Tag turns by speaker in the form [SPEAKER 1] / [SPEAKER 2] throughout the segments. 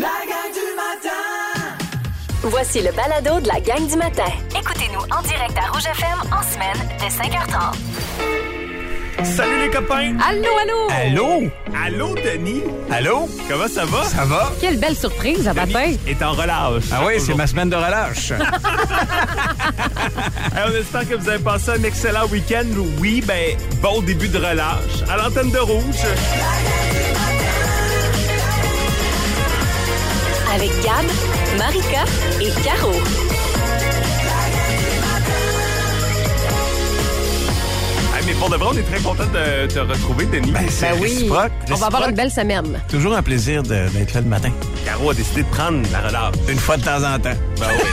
[SPEAKER 1] La gang du matin!
[SPEAKER 2] Voici le balado de la gang du matin.
[SPEAKER 3] Écoutez-nous en direct à Rouge FM en semaine dès 5h30.
[SPEAKER 4] Salut les copains!
[SPEAKER 5] Allô, allô!
[SPEAKER 4] Allô?
[SPEAKER 6] Allô, Denis?
[SPEAKER 4] Allô?
[SPEAKER 6] Comment ça va?
[SPEAKER 4] Ça va?
[SPEAKER 5] Quelle belle surprise ce matin!
[SPEAKER 6] Denis est en relâche.
[SPEAKER 4] Ah oui, c'est
[SPEAKER 6] Aujourd'hui.
[SPEAKER 4] ma semaine de relâche.
[SPEAKER 6] Hey, on espère que vous avez passé un excellent week-end. Oui, ben, bon début de relâche. À l'antenne de Rouge.
[SPEAKER 2] Avec Gab, Marika et Caro.
[SPEAKER 6] Hey, mais pour de vrai, on est très content de te retrouver, Denis.
[SPEAKER 4] Ben,
[SPEAKER 6] Ben
[SPEAKER 4] c'est réciproque,
[SPEAKER 5] Ben On va avoir
[SPEAKER 4] réciproque.
[SPEAKER 5] une belle semaine.
[SPEAKER 4] Toujours un plaisir de- d'être là le matin.
[SPEAKER 6] Caro a décidé de prendre la relâche.
[SPEAKER 4] Une fois de temps en temps.
[SPEAKER 6] Ben oui.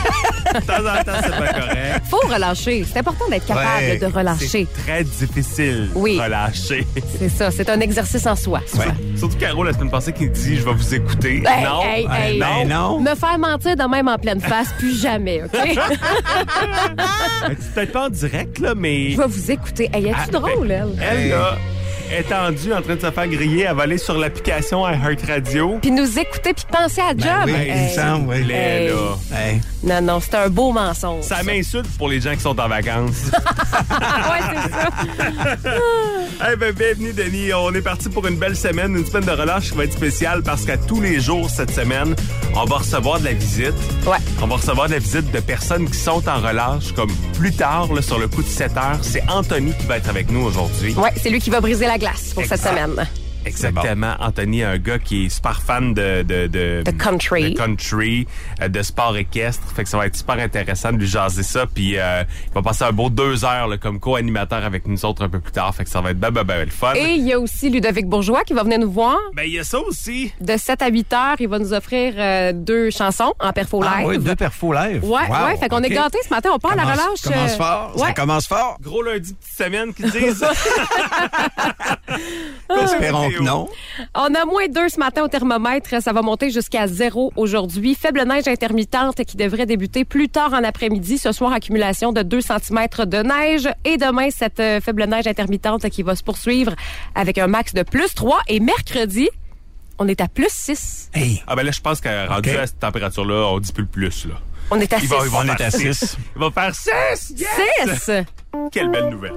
[SPEAKER 6] de temps en temps, c'est pas correct.
[SPEAKER 5] Faut relâcher. C'est important d'être capable
[SPEAKER 4] Ouais,
[SPEAKER 5] de relâcher.
[SPEAKER 6] C'est très difficile
[SPEAKER 5] Oui.
[SPEAKER 6] de relâcher.
[SPEAKER 5] C'est ça. C'est un exercice en soi. souvent.
[SPEAKER 6] Surtout Caro, la semaine passée, qui dit « Je vais vous écouter
[SPEAKER 5] Hey,
[SPEAKER 6] Non.
[SPEAKER 5] hey,
[SPEAKER 6] Euh,
[SPEAKER 5] hey.
[SPEAKER 6] non.
[SPEAKER 4] Ben non.
[SPEAKER 5] Me faire mentir de même en pleine face, plus jamais, OK?
[SPEAKER 6] Ben, c'est peut-être pas en direct, là, mais...
[SPEAKER 5] Je vais vous écouter. Hey, est-tu
[SPEAKER 6] Ah,
[SPEAKER 5] drôle,
[SPEAKER 6] ben,
[SPEAKER 5] elle?
[SPEAKER 6] Elle, là, est tendue en train de se faire griller, elle va aller sur l'application iHeartRadio.
[SPEAKER 5] Puis nous écouter, puis penser à job.
[SPEAKER 4] Ben oui, il me
[SPEAKER 5] Hey.
[SPEAKER 4] semble, oui.
[SPEAKER 6] Elle est
[SPEAKER 5] Hey.
[SPEAKER 6] là.
[SPEAKER 4] Hey.
[SPEAKER 5] Non, non, c'est un beau mensonge.
[SPEAKER 6] Ça m'insulte pour les gens qui sont en vacances.
[SPEAKER 5] Ah, Ouais, c'est ça.
[SPEAKER 6] Eh ben, bienvenue, Denis. On est parti pour une belle semaine, une semaine de relâche qui va être spéciale parce qu'à tous les jours cette semaine, on va recevoir de la visite.
[SPEAKER 5] Ouais.
[SPEAKER 6] On va recevoir de la visite de personnes qui sont en relâche, comme plus tard, là, sur le coup de 7 heures. C'est Anthony qui va être avec nous aujourd'hui.
[SPEAKER 5] Ouais, c'est lui qui va briser la glace pour cette
[SPEAKER 6] Exact.
[SPEAKER 5] semaine.
[SPEAKER 6] Exactement. Anthony est un gars qui est super fan de... De,
[SPEAKER 5] De country.
[SPEAKER 6] De country, euh, de sport équestre. Fait que ça va être super intéressant de lui jaser ça. Puis euh, il va passer un beau deux heures là, comme co-animateur avec nous autres un peu plus tard. Fait que ça va être ben, ben, ben, ben le fun.
[SPEAKER 5] Et il y a aussi Ludovic Bourgeois qui va venir nous voir.
[SPEAKER 6] Ben, il y a ça aussi.
[SPEAKER 5] De 7 à 8 heures, il va nous offrir euh, deux chansons en perfo live.
[SPEAKER 4] Ah oui, deux perfos live.
[SPEAKER 5] Ouais,
[SPEAKER 4] Wow,
[SPEAKER 5] ouais, fait qu'on
[SPEAKER 4] OK.
[SPEAKER 5] est gâtés ce matin, on part à la
[SPEAKER 4] Commence-
[SPEAKER 5] relâche.
[SPEAKER 4] Commence
[SPEAKER 5] euh,
[SPEAKER 4] fort. Ça
[SPEAKER 5] ouais.
[SPEAKER 4] commence fort.
[SPEAKER 6] Gros lundi, petite semaine qui disent.
[SPEAKER 5] Ah,
[SPEAKER 4] Espérons que non.
[SPEAKER 5] On a moins 2 ce matin au thermomètre, ça va monter jusqu'à zéro aujourd'hui. Faible neige intermittente qui devrait débuter plus tard en après-midi. Ce soir, accumulation de 2 cm de neige. Et demain, cette euh, faible neige intermittente qui va se poursuivre avec un max de plus 3. Et mercredi, on est à plus 6.
[SPEAKER 4] Hey,
[SPEAKER 6] Ah ben là, je pense qu'à rendu
[SPEAKER 4] Ok.
[SPEAKER 6] à cette température-là, on dit plus le plus, là.
[SPEAKER 5] On est à 6.
[SPEAKER 6] il va
[SPEAKER 4] on est à
[SPEAKER 6] faire
[SPEAKER 4] 6.
[SPEAKER 6] Il va faire 6! Quelle belle nouvelle.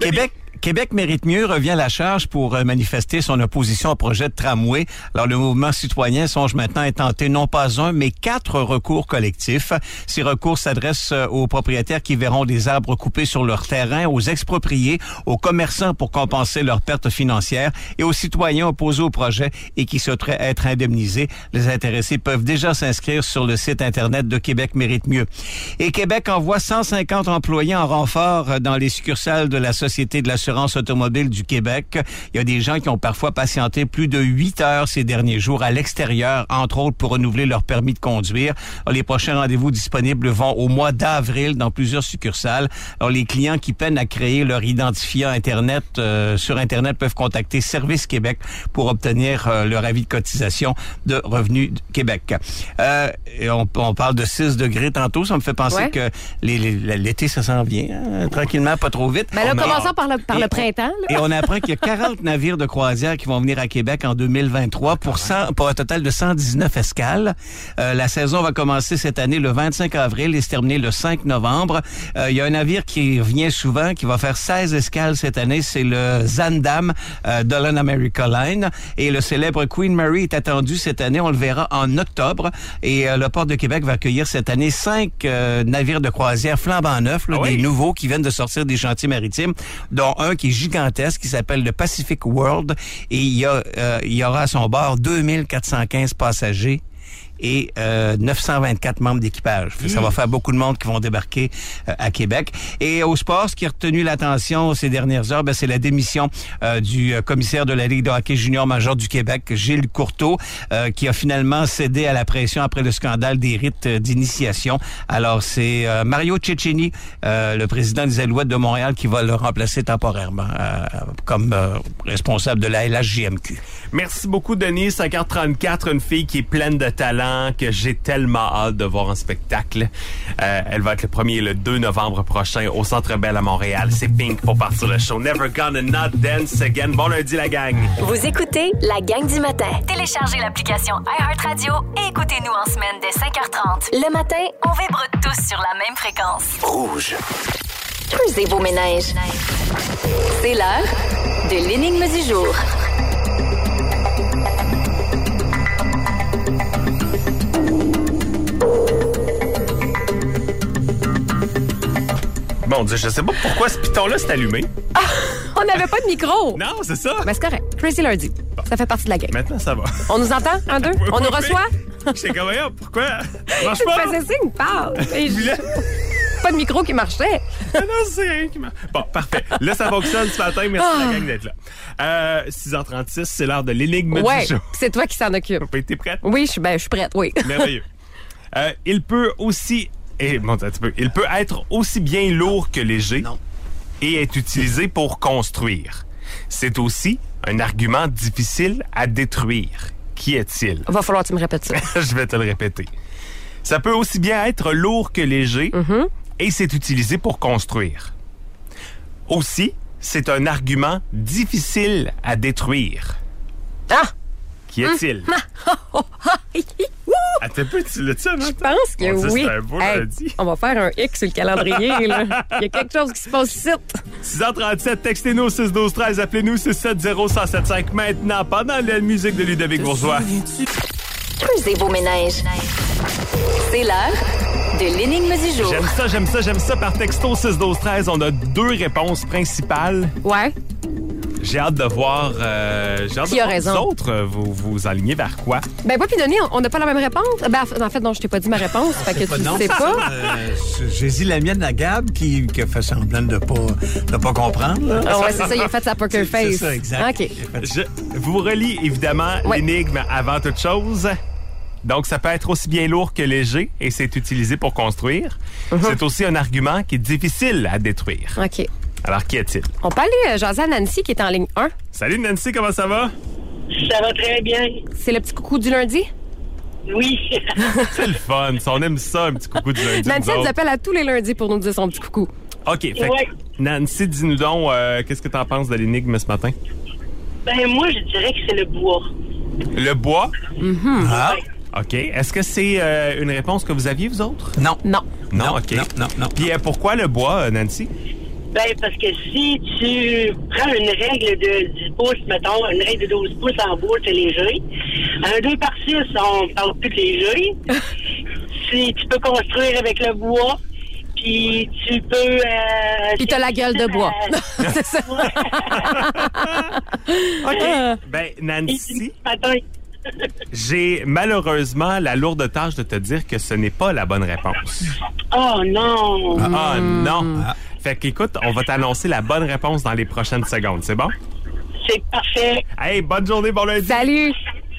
[SPEAKER 4] Québec. Québec mérite mieux revient à la charge pour euh, manifester son opposition au projet de tramway. Alors le mouvement citoyen songe maintenant à tenter non pas un mais quatre recours collectifs. Ces recours s'adressent euh, aux propriétaires qui verront des arbres coupés sur leur terrain, aux expropriés, aux commerçants pour compenser leurs pertes financières et aux citoyens opposés au projet et qui souhaiteraient être indemnisés. Les intéressés peuvent déjà s'inscrire sur le site internet de Québec mérite mieux. Et Québec envoie 150 employés en renfort euh, dans les succursales de la Société de l'assurance automobile du Québec. Il y a des gens qui ont parfois patienté plus de 8 heures ces derniers jours à l'extérieur, entre autres pour renouveler leur permis de conduire. Alors, les prochains rendez-vous disponibles vont au mois d'avril dans plusieurs succursales. Alors, les clients qui peinent à créer leur identifiant Internet euh, sur Internet peuvent contacter Service Québec pour obtenir euh, leur avis de cotisation de Revenu du Québec. Euh, et on, on parle de 6 degrés tantôt. Ça me fait penser
[SPEAKER 5] Ouais.
[SPEAKER 4] que les- les- l'été, ça s'en vient hein, tranquillement, pas trop vite.
[SPEAKER 5] Mais là,
[SPEAKER 4] On a-
[SPEAKER 5] commençons par le, par
[SPEAKER 4] Et on-
[SPEAKER 5] le printemps.
[SPEAKER 4] et
[SPEAKER 5] là.
[SPEAKER 4] on apprend qu'il y a 40 navires de croisière qui vont venir à Québec en 2023 pour, 100 pour un total de 119 escales. Euh, la saison va commencer cette année le 25 avril et se terminer le 5 novembre. Euh, Il y a un navire qui vient souvent, qui va faire 16 escales cette année. C'est le Zandam euh, Dolan America Line. Et le célèbre Queen Mary est attendu cette année. On le verra en octobre. Et euh, le port de Québec va accueillir cette année cinq euh, navires de croisière flambant neufs, là,
[SPEAKER 6] Ah oui?
[SPEAKER 4] des nouveaux qui viennent de sortir des chantiers maritimes, dont un qui est gigantesque, qui s'appelle le Pacific World, et il y, a, euh, il y aura à son bord 2415 passagers et euh, 924 membres d'équipage. Fait que
[SPEAKER 6] Mmh.
[SPEAKER 4] Ça va faire beaucoup de monde qui vont débarquer euh, à Québec. Et au sport, ce qui a retenu l'attention ces dernières heures, ben, c'est la démission euh, du euh, commissaire de la Ligue de hockey junior major du Québec, Gilles Courteau, euh, qui a finalement cédé à la pression après le scandale des rites euh, d'initiation. Alors, c'est euh, Mario Cecchini, euh, le président des Alouettes de Montréal, qui va le remplacer temporairement euh, comme euh, responsable de la LHJMQ.
[SPEAKER 6] Merci beaucoup, Denis. 5h34, une fille qui est pleine de talent. talent que j'ai tellement hâte de voir en spectacle. Euh, elle va être le 1er et le 2 novembre prochain au Centre Bell à Montréal. C'est Pink pour partir le show. Never gonna not dance again. Bon lundi, la gang.
[SPEAKER 2] Vous écoutez la gang du matin.
[SPEAKER 3] Téléchargez l'application iHeartRadio et écoutez-nous en semaine dès 5h30.
[SPEAKER 2] Le matin,
[SPEAKER 3] On vibre tous sur la même fréquence.
[SPEAKER 2] creusez vos ménages. C'est l'heure de l'énigme du jour.
[SPEAKER 6] Bon Dieu, je sais pas pourquoi ce piton-là s'est allumé.
[SPEAKER 5] On n'avait pas de micro.
[SPEAKER 6] Non, c'est ça.
[SPEAKER 5] Ben, c'est correct. Crazy lundi. Ça fait partie de la gang.
[SPEAKER 6] Maintenant, ça va.
[SPEAKER 5] On nous entend? Un, deux? On nous reçoit?
[SPEAKER 6] J'étais comme, voyons, oh, pourquoi? Ça marche
[SPEAKER 5] Tu
[SPEAKER 6] pas?
[SPEAKER 5] faisais signe, parle. Et
[SPEAKER 6] Puis là-
[SPEAKER 5] je- Pas de micro qui marchait.
[SPEAKER 6] Ah non, c'est rien qui m'a- Bon, parfait. Là, ça fonctionne ce matin. Merci
[SPEAKER 5] Ah.
[SPEAKER 6] à la gang d'être là. Euh, 6h36, c'est l'heure de l'énigme
[SPEAKER 5] Ouais,
[SPEAKER 6] du jour.
[SPEAKER 5] c'est toi qui s'en occupe.
[SPEAKER 6] T'es prête?
[SPEAKER 5] Oui, je suis, ben, je suis prête, oui.
[SPEAKER 6] Merveilleux. Euh, il peut aussi. eh, bon, attends un petit peu. Il peut être aussi bien lourd que léger et est utilisé pour construire. C'est aussi un argument difficile à détruire. Qui est-il?
[SPEAKER 5] Va falloir que tu me répètes ça.
[SPEAKER 6] Je vais te le répéter. Ça peut aussi bien être lourd que léger
[SPEAKER 5] Mhm.
[SPEAKER 6] et c'est utilisé pour construire. Aussi, c'est un argument difficile à détruire.
[SPEAKER 5] Ah! Hum.
[SPEAKER 6] Qui est-il? Attends un peu, tu l'as dit,
[SPEAKER 5] Je pense que
[SPEAKER 6] On dit, c'est
[SPEAKER 5] oui.
[SPEAKER 6] un beau
[SPEAKER 5] Hey,
[SPEAKER 6] lundi.
[SPEAKER 5] on va faire un X sur le calendrier. là. Il y a quelque chose qui se passe ici.
[SPEAKER 6] 6h37, textez-nous au 6 12 13 appelez-nous 670-1075 maintenant pendant la musique de Ludovic Bourgeois.
[SPEAKER 2] Creusez vos ménages. C'est l'heure de l'énigme du jour.
[SPEAKER 6] J'aime ça, j'aime ça, j'aime ça. Par texto 6 12 13 on a deux réponses principales.
[SPEAKER 5] Ouais.
[SPEAKER 6] J'ai hâte de voir, euh, j'ai hâte
[SPEAKER 5] Qui
[SPEAKER 6] de
[SPEAKER 5] a
[SPEAKER 6] voir
[SPEAKER 5] raison?
[SPEAKER 6] vous autres, euh, vous vous alignez vers quoi?
[SPEAKER 5] Ben, moi, Pinoni, on n'a pas la même réponse. Ben, en fait, non, je t'ai pas dit ma réponse. Fait que tu
[SPEAKER 4] Bah, non,
[SPEAKER 5] sais pas.
[SPEAKER 4] Euh, J'ai dit la mienne à Gab qui, qui a fait semblant de pas, de pas comprendre. là.
[SPEAKER 5] Ah ouais, c'est ça, il a fait sa poker face.
[SPEAKER 4] C'est ça, exact.
[SPEAKER 5] OK.
[SPEAKER 6] Je vous relis évidemment
[SPEAKER 5] Oui.
[SPEAKER 6] l'énigme avant toute chose. Donc, ça peut être aussi bien lourd que léger et c'est utilisé pour construire.
[SPEAKER 5] Mhm.
[SPEAKER 6] C'est aussi un argument qui est difficile à détruire.
[SPEAKER 5] OK.
[SPEAKER 6] Alors, qui est-il?
[SPEAKER 5] On peut aller, euh, jaser à Nancy, qui est en ligne 1.
[SPEAKER 6] Salut Nancy, comment ça va?
[SPEAKER 7] Ça va très bien.
[SPEAKER 5] C'est le petit coucou du lundi.
[SPEAKER 7] Oui.
[SPEAKER 6] C'est le fun. ça, on aime ça, un petit coucou du lundi.
[SPEAKER 5] Nancy,
[SPEAKER 6] nous
[SPEAKER 5] elle nous
[SPEAKER 6] autres.
[SPEAKER 5] appelle à tous les lundis pour nous dire son petit coucou.
[SPEAKER 6] OK, fait que,
[SPEAKER 7] Ouais.
[SPEAKER 6] Nancy, dis-nous donc, euh, qu'est-ce que t'en penses de l'énigme ce matin?
[SPEAKER 7] ben moi, je dirais que c'est le bois.
[SPEAKER 6] Le bois.
[SPEAKER 4] Ah,
[SPEAKER 6] OK. Est-ce que c'est euh, une réponse que vous aviez, vous autres?
[SPEAKER 4] non.
[SPEAKER 5] Non.
[SPEAKER 6] Non, OK.
[SPEAKER 4] Non, non, non.
[SPEAKER 6] Puis euh, pourquoi le bois, euh, Nancy?
[SPEAKER 7] Ben parce que si tu prends une règle de 10 pouces, mettons, une règle de 12 pouces en bois, c'est léger. Un 2 par 6, on parle plus de léger. si tu peux construire avec le bois, puis tu peux... Euh,
[SPEAKER 5] Puis t'as la gueule de bois.
[SPEAKER 7] Euh,
[SPEAKER 5] C'est ça.
[SPEAKER 6] OK. Ben, Nancy,
[SPEAKER 7] Matin.
[SPEAKER 6] j'ai malheureusement la lourde tâche de te dire que ce n'est pas la bonne réponse.
[SPEAKER 7] Oh non!
[SPEAKER 6] Ah non! Fait qu'écoute, on va t'annoncer la bonne réponse dans les prochaines secondes, c'est bon?
[SPEAKER 7] C'est parfait.
[SPEAKER 6] Hey, bonne journée, bon lundi!
[SPEAKER 5] Salut.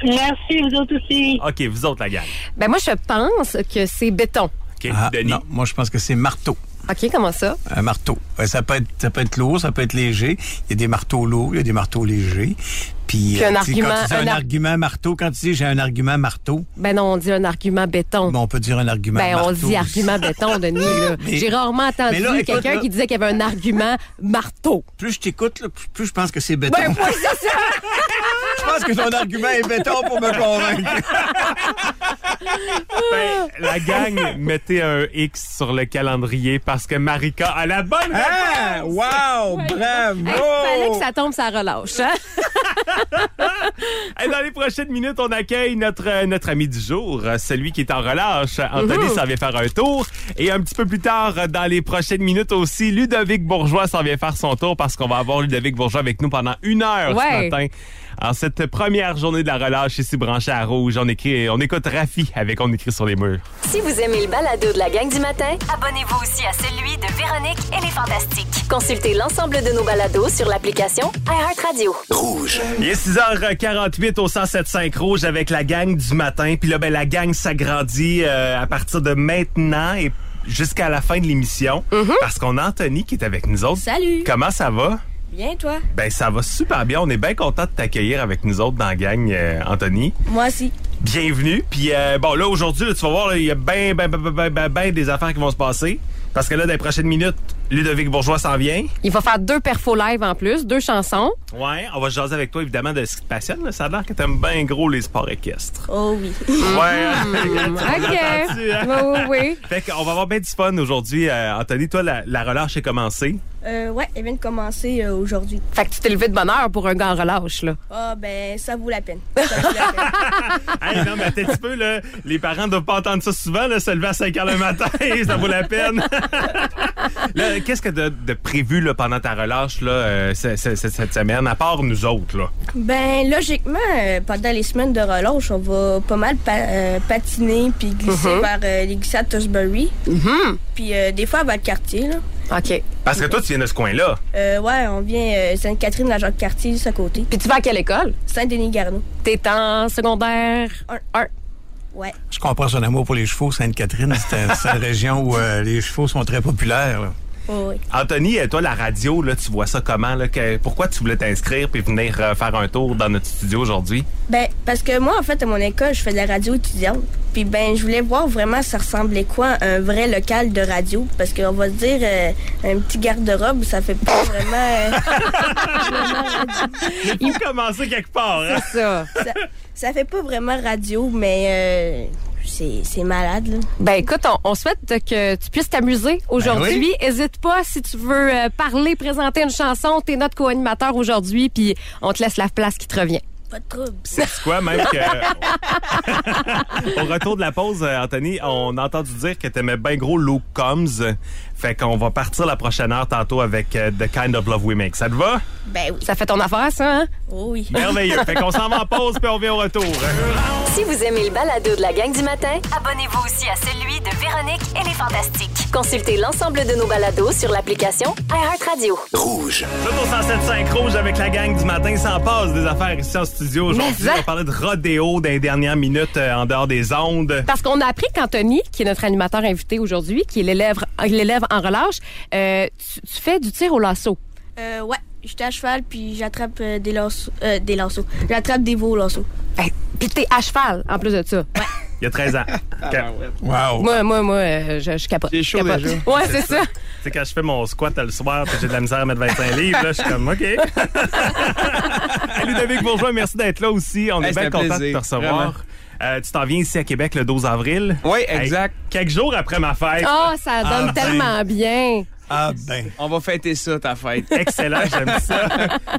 [SPEAKER 7] Merci, vous autres aussi.
[SPEAKER 6] OK, vous autres, la gang.
[SPEAKER 5] Ben, moi, je pense que c'est béton.
[SPEAKER 6] OK,
[SPEAKER 4] Ah,
[SPEAKER 6] Denis.
[SPEAKER 4] non, moi je pense que c'est marteau.
[SPEAKER 5] OK, comment ça?
[SPEAKER 4] Un marteau. Euh, Ça peut être, ça peut être lourd, ça peut être léger. Il y a des marteaux lourds, il y a des marteaux légers. Puis,
[SPEAKER 5] Puis
[SPEAKER 4] euh,
[SPEAKER 5] un
[SPEAKER 4] tu sais, quand
[SPEAKER 5] argument-
[SPEAKER 4] tu dis un
[SPEAKER 5] un ar-
[SPEAKER 4] argument marteau, quand tu dis j'ai un argument marteau,
[SPEAKER 5] Ben non, on dit un argument béton.
[SPEAKER 4] ben, on peut dire un argument
[SPEAKER 5] Ben,
[SPEAKER 4] marteau.
[SPEAKER 5] on dit
[SPEAKER 4] aussi.
[SPEAKER 5] argument béton, Denis. là.
[SPEAKER 4] Mais-
[SPEAKER 5] J'ai rarement entendu
[SPEAKER 4] mais là, écoute,
[SPEAKER 5] quelqu'un
[SPEAKER 4] là-
[SPEAKER 5] qui disait qu'il y avait un argument marteau.
[SPEAKER 4] Plus je t'écoute, là, plus- plus je pense que c'est béton.
[SPEAKER 5] Ben, oui, c'est ça.
[SPEAKER 4] je pense que ton argument est béton pour me convaincre.
[SPEAKER 6] Ben, la gang, mettez un X sur le calendrier parce que Marika a la bonne réponse!
[SPEAKER 4] Ah, wow, bravo!
[SPEAKER 5] Hey, fallait que ça tombe, ça relâche. hein?
[SPEAKER 6] Hey, dans les prochaines minutes, on accueille notre, euh, notre ami du jour, euh, celui qui est en relâche. Anthony s'en vient faire un tour. Et un petit peu plus tard, euh, dans les prochaines minutes aussi, Ludovic Bourgeois s'en vient faire son tour parce qu'on va avoir Ludovic Bourgeois avec nous pendant une heure ce
[SPEAKER 5] Ouais.
[SPEAKER 6] matin. En cette première journée de la relâche ici branchée à rouge, on, écrit, on écoute Rafi avec On écrit sur les murs.
[SPEAKER 2] Si vous aimez le balado de la gang du matin,
[SPEAKER 3] Abonnez-vous aussi à celui de Véronique et les Fantastiques.
[SPEAKER 2] consultez l'ensemble de nos balados sur l'application iHeartRadio.
[SPEAKER 6] Il est 6h48 au 1075 Rouge avec la gang du matin. Puis là, ben, la gang s'agrandit euh, à partir de maintenant et jusqu'à la fin de l'émission. Parce qu'on a Anthony qui est avec nous autres.
[SPEAKER 8] Salut.
[SPEAKER 6] Comment ça va?
[SPEAKER 8] Bien, toi?
[SPEAKER 6] Ben, ça va super bien. On est bien content de t'accueillir avec nous autres dans la gang, euh, Anthony.
[SPEAKER 8] Moi aussi.
[SPEAKER 6] Bienvenue. Puis euh, bon, là, aujourd'hui, là, tu vas voir, là, il y a ben, ben, ben, ben, ben, ben des affaires qui vont se passer. Parce que là, dans les prochaines minutes, Ludovic Bourgeois s'en vient.
[SPEAKER 5] Il va faire deux perfos live en plus, deux chansons.
[SPEAKER 6] Ouais, on va jaser avec toi, évidemment, de ce qui te passionne. là. Ça a l'air que t'aimes bien gros les sports équestres.
[SPEAKER 8] Oh oui.
[SPEAKER 6] Ouais.
[SPEAKER 5] OK.
[SPEAKER 6] entendu, hein?
[SPEAKER 5] Oui, oui, oui.
[SPEAKER 6] Fait qu'on va avoir bien du fun aujourd'hui. Euh, Anthony, toi, la, la relâche est commencée.
[SPEAKER 8] Euh, ouais, elle vient de commencer euh, aujourd'hui.
[SPEAKER 5] Fait que tu t'es levé de bonne heure pour un gars en relâche, là.
[SPEAKER 8] Ah, ben, ça vaut la peine. Ça vaut la
[SPEAKER 6] Hey,
[SPEAKER 8] peine.
[SPEAKER 6] non, mais attends un petit peu, là. Les parents doivent pas entendre ça souvent, là, se lever à 5 heures le matin, ça vaut la peine. là, qu'est-ce que de, de prévu, là, pendant ta relâche, là, euh, ce- ce- ce- cette semaine, à part nous autres, là?
[SPEAKER 8] Ben, logiquement, euh, pendant les semaines de relâche, on va pas mal pa- euh, patiner puis glisser vers euh, les glissades Tusbury. Puis euh, des fois, vers le quartier, là.
[SPEAKER 5] OK.
[SPEAKER 6] Parce que toi, tu viens de ce coin-là.
[SPEAKER 8] Euh, ouais, on vient euh, Sainte-Catherine, la Jacques-Cartier, juste à côté.
[SPEAKER 5] Puis tu vas à quelle école?
[SPEAKER 8] Saint-Denis-Garneau.
[SPEAKER 5] T'es en secondaire
[SPEAKER 8] Un.
[SPEAKER 5] 1.
[SPEAKER 8] Ouais.
[SPEAKER 4] Je comprends son amour pour les chevaux. Sainte-Catherine, c'est un- c'est une région où euh, les chevaux sont très populaires. là.
[SPEAKER 8] Ouais, ouais.
[SPEAKER 6] Anthony, euh, toi, la radio, là, tu vois ça comment? Là, que- pourquoi tu voulais t'inscrire puis venir euh, faire un tour dans notre studio aujourd'hui?
[SPEAKER 8] Ben, parce que moi, en fait, à mon école, je fais de la radio étudiante. Puis, ben, je voulais voir vraiment ça ressemblait quoi un vrai local de radio. Parce qu'on va se dire, euh, un petit garde-robe, ça fait pas vraiment. euh,
[SPEAKER 6] Il faut commencer quelque part, hein?
[SPEAKER 5] Ça.
[SPEAKER 8] ça, ça fait pas vraiment radio, mais euh, c'est c'est malade, là.
[SPEAKER 5] Ben écoute, on, on souhaite que tu puisses t'amuser aujourd'hui. Hésite pas si tu veux euh, parler, présenter une chanson. T'es notre co-animateur aujourd'hui, puis on te laisse la place qui te revient.
[SPEAKER 8] Pas de trouble.
[SPEAKER 6] C'est quoi, même que. Au retour de la pause, euh, Anthony, on a entendu dire que t'aimais bien gros Lou Combs. Fait qu'on va partir la prochaine heure tantôt avec euh, The Kind of Love We Make. Ça te va?
[SPEAKER 8] Ben oui.
[SPEAKER 5] Ça fait ton affaire, ça, hein?
[SPEAKER 8] Oh oui.
[SPEAKER 6] Merveilleux. Fait qu'on s'en va en pause puis on vient au retour.
[SPEAKER 2] Si vous aimez le balado de la gang du matin,
[SPEAKER 3] Abonnez-vous aussi à celui de Véronique et les Fantastiques.
[SPEAKER 2] consultez l'ensemble de nos balados sur l'application iHeartRadio.
[SPEAKER 6] Tout au 107.5 Rouge avec la gang du matin. Ça en passe des affaires ici en studio aujourd'hui.
[SPEAKER 5] Mais ça-
[SPEAKER 6] On parlait de rodéo dans les dernières minutes euh, en dehors des ondes.
[SPEAKER 5] Parce qu'on a appris qu'Anthony, qui est notre animateur invité aujourd'hui, qui est l'élève l'élève en relâche, euh, tu, tu fais du tir au lasso.
[SPEAKER 8] Euh, ouais, j'étais à cheval, puis j'attrape euh, des lasso- euh, des lasso. J'attrape des veaux au lasso.
[SPEAKER 5] Ben, puis t'es à cheval, en plus de ça.
[SPEAKER 6] Il y a 13 ans. Quand-
[SPEAKER 4] Wow!
[SPEAKER 5] Moi, moi, moi, euh, je, je capote.
[SPEAKER 9] C'est chaud
[SPEAKER 5] Je capote.
[SPEAKER 9] déjà.
[SPEAKER 5] Ouais, c'est ça.
[SPEAKER 6] Tu sais, quand je fais mon squat le soir, puis j'ai de la misère à mettre 25 livres, là, je suis comme, OK. Hey, Ludovic Bourgeois, merci d'être là aussi. On
[SPEAKER 9] Hey,
[SPEAKER 6] est
[SPEAKER 9] c'était
[SPEAKER 6] bien
[SPEAKER 9] un
[SPEAKER 6] content de te
[SPEAKER 9] plaisir, vraiment.
[SPEAKER 6] recevoir. Euh, tu t'en viens ici à Québec le 12 avril.
[SPEAKER 9] Oui, exact.
[SPEAKER 6] Hey, quelques jours après ma fête.
[SPEAKER 5] Oh, ça donne
[SPEAKER 6] Ah,
[SPEAKER 5] tellement bien.
[SPEAKER 4] Ah ben!
[SPEAKER 9] On va fêter ça, ta fête.
[SPEAKER 6] Excellent, j'aime ça.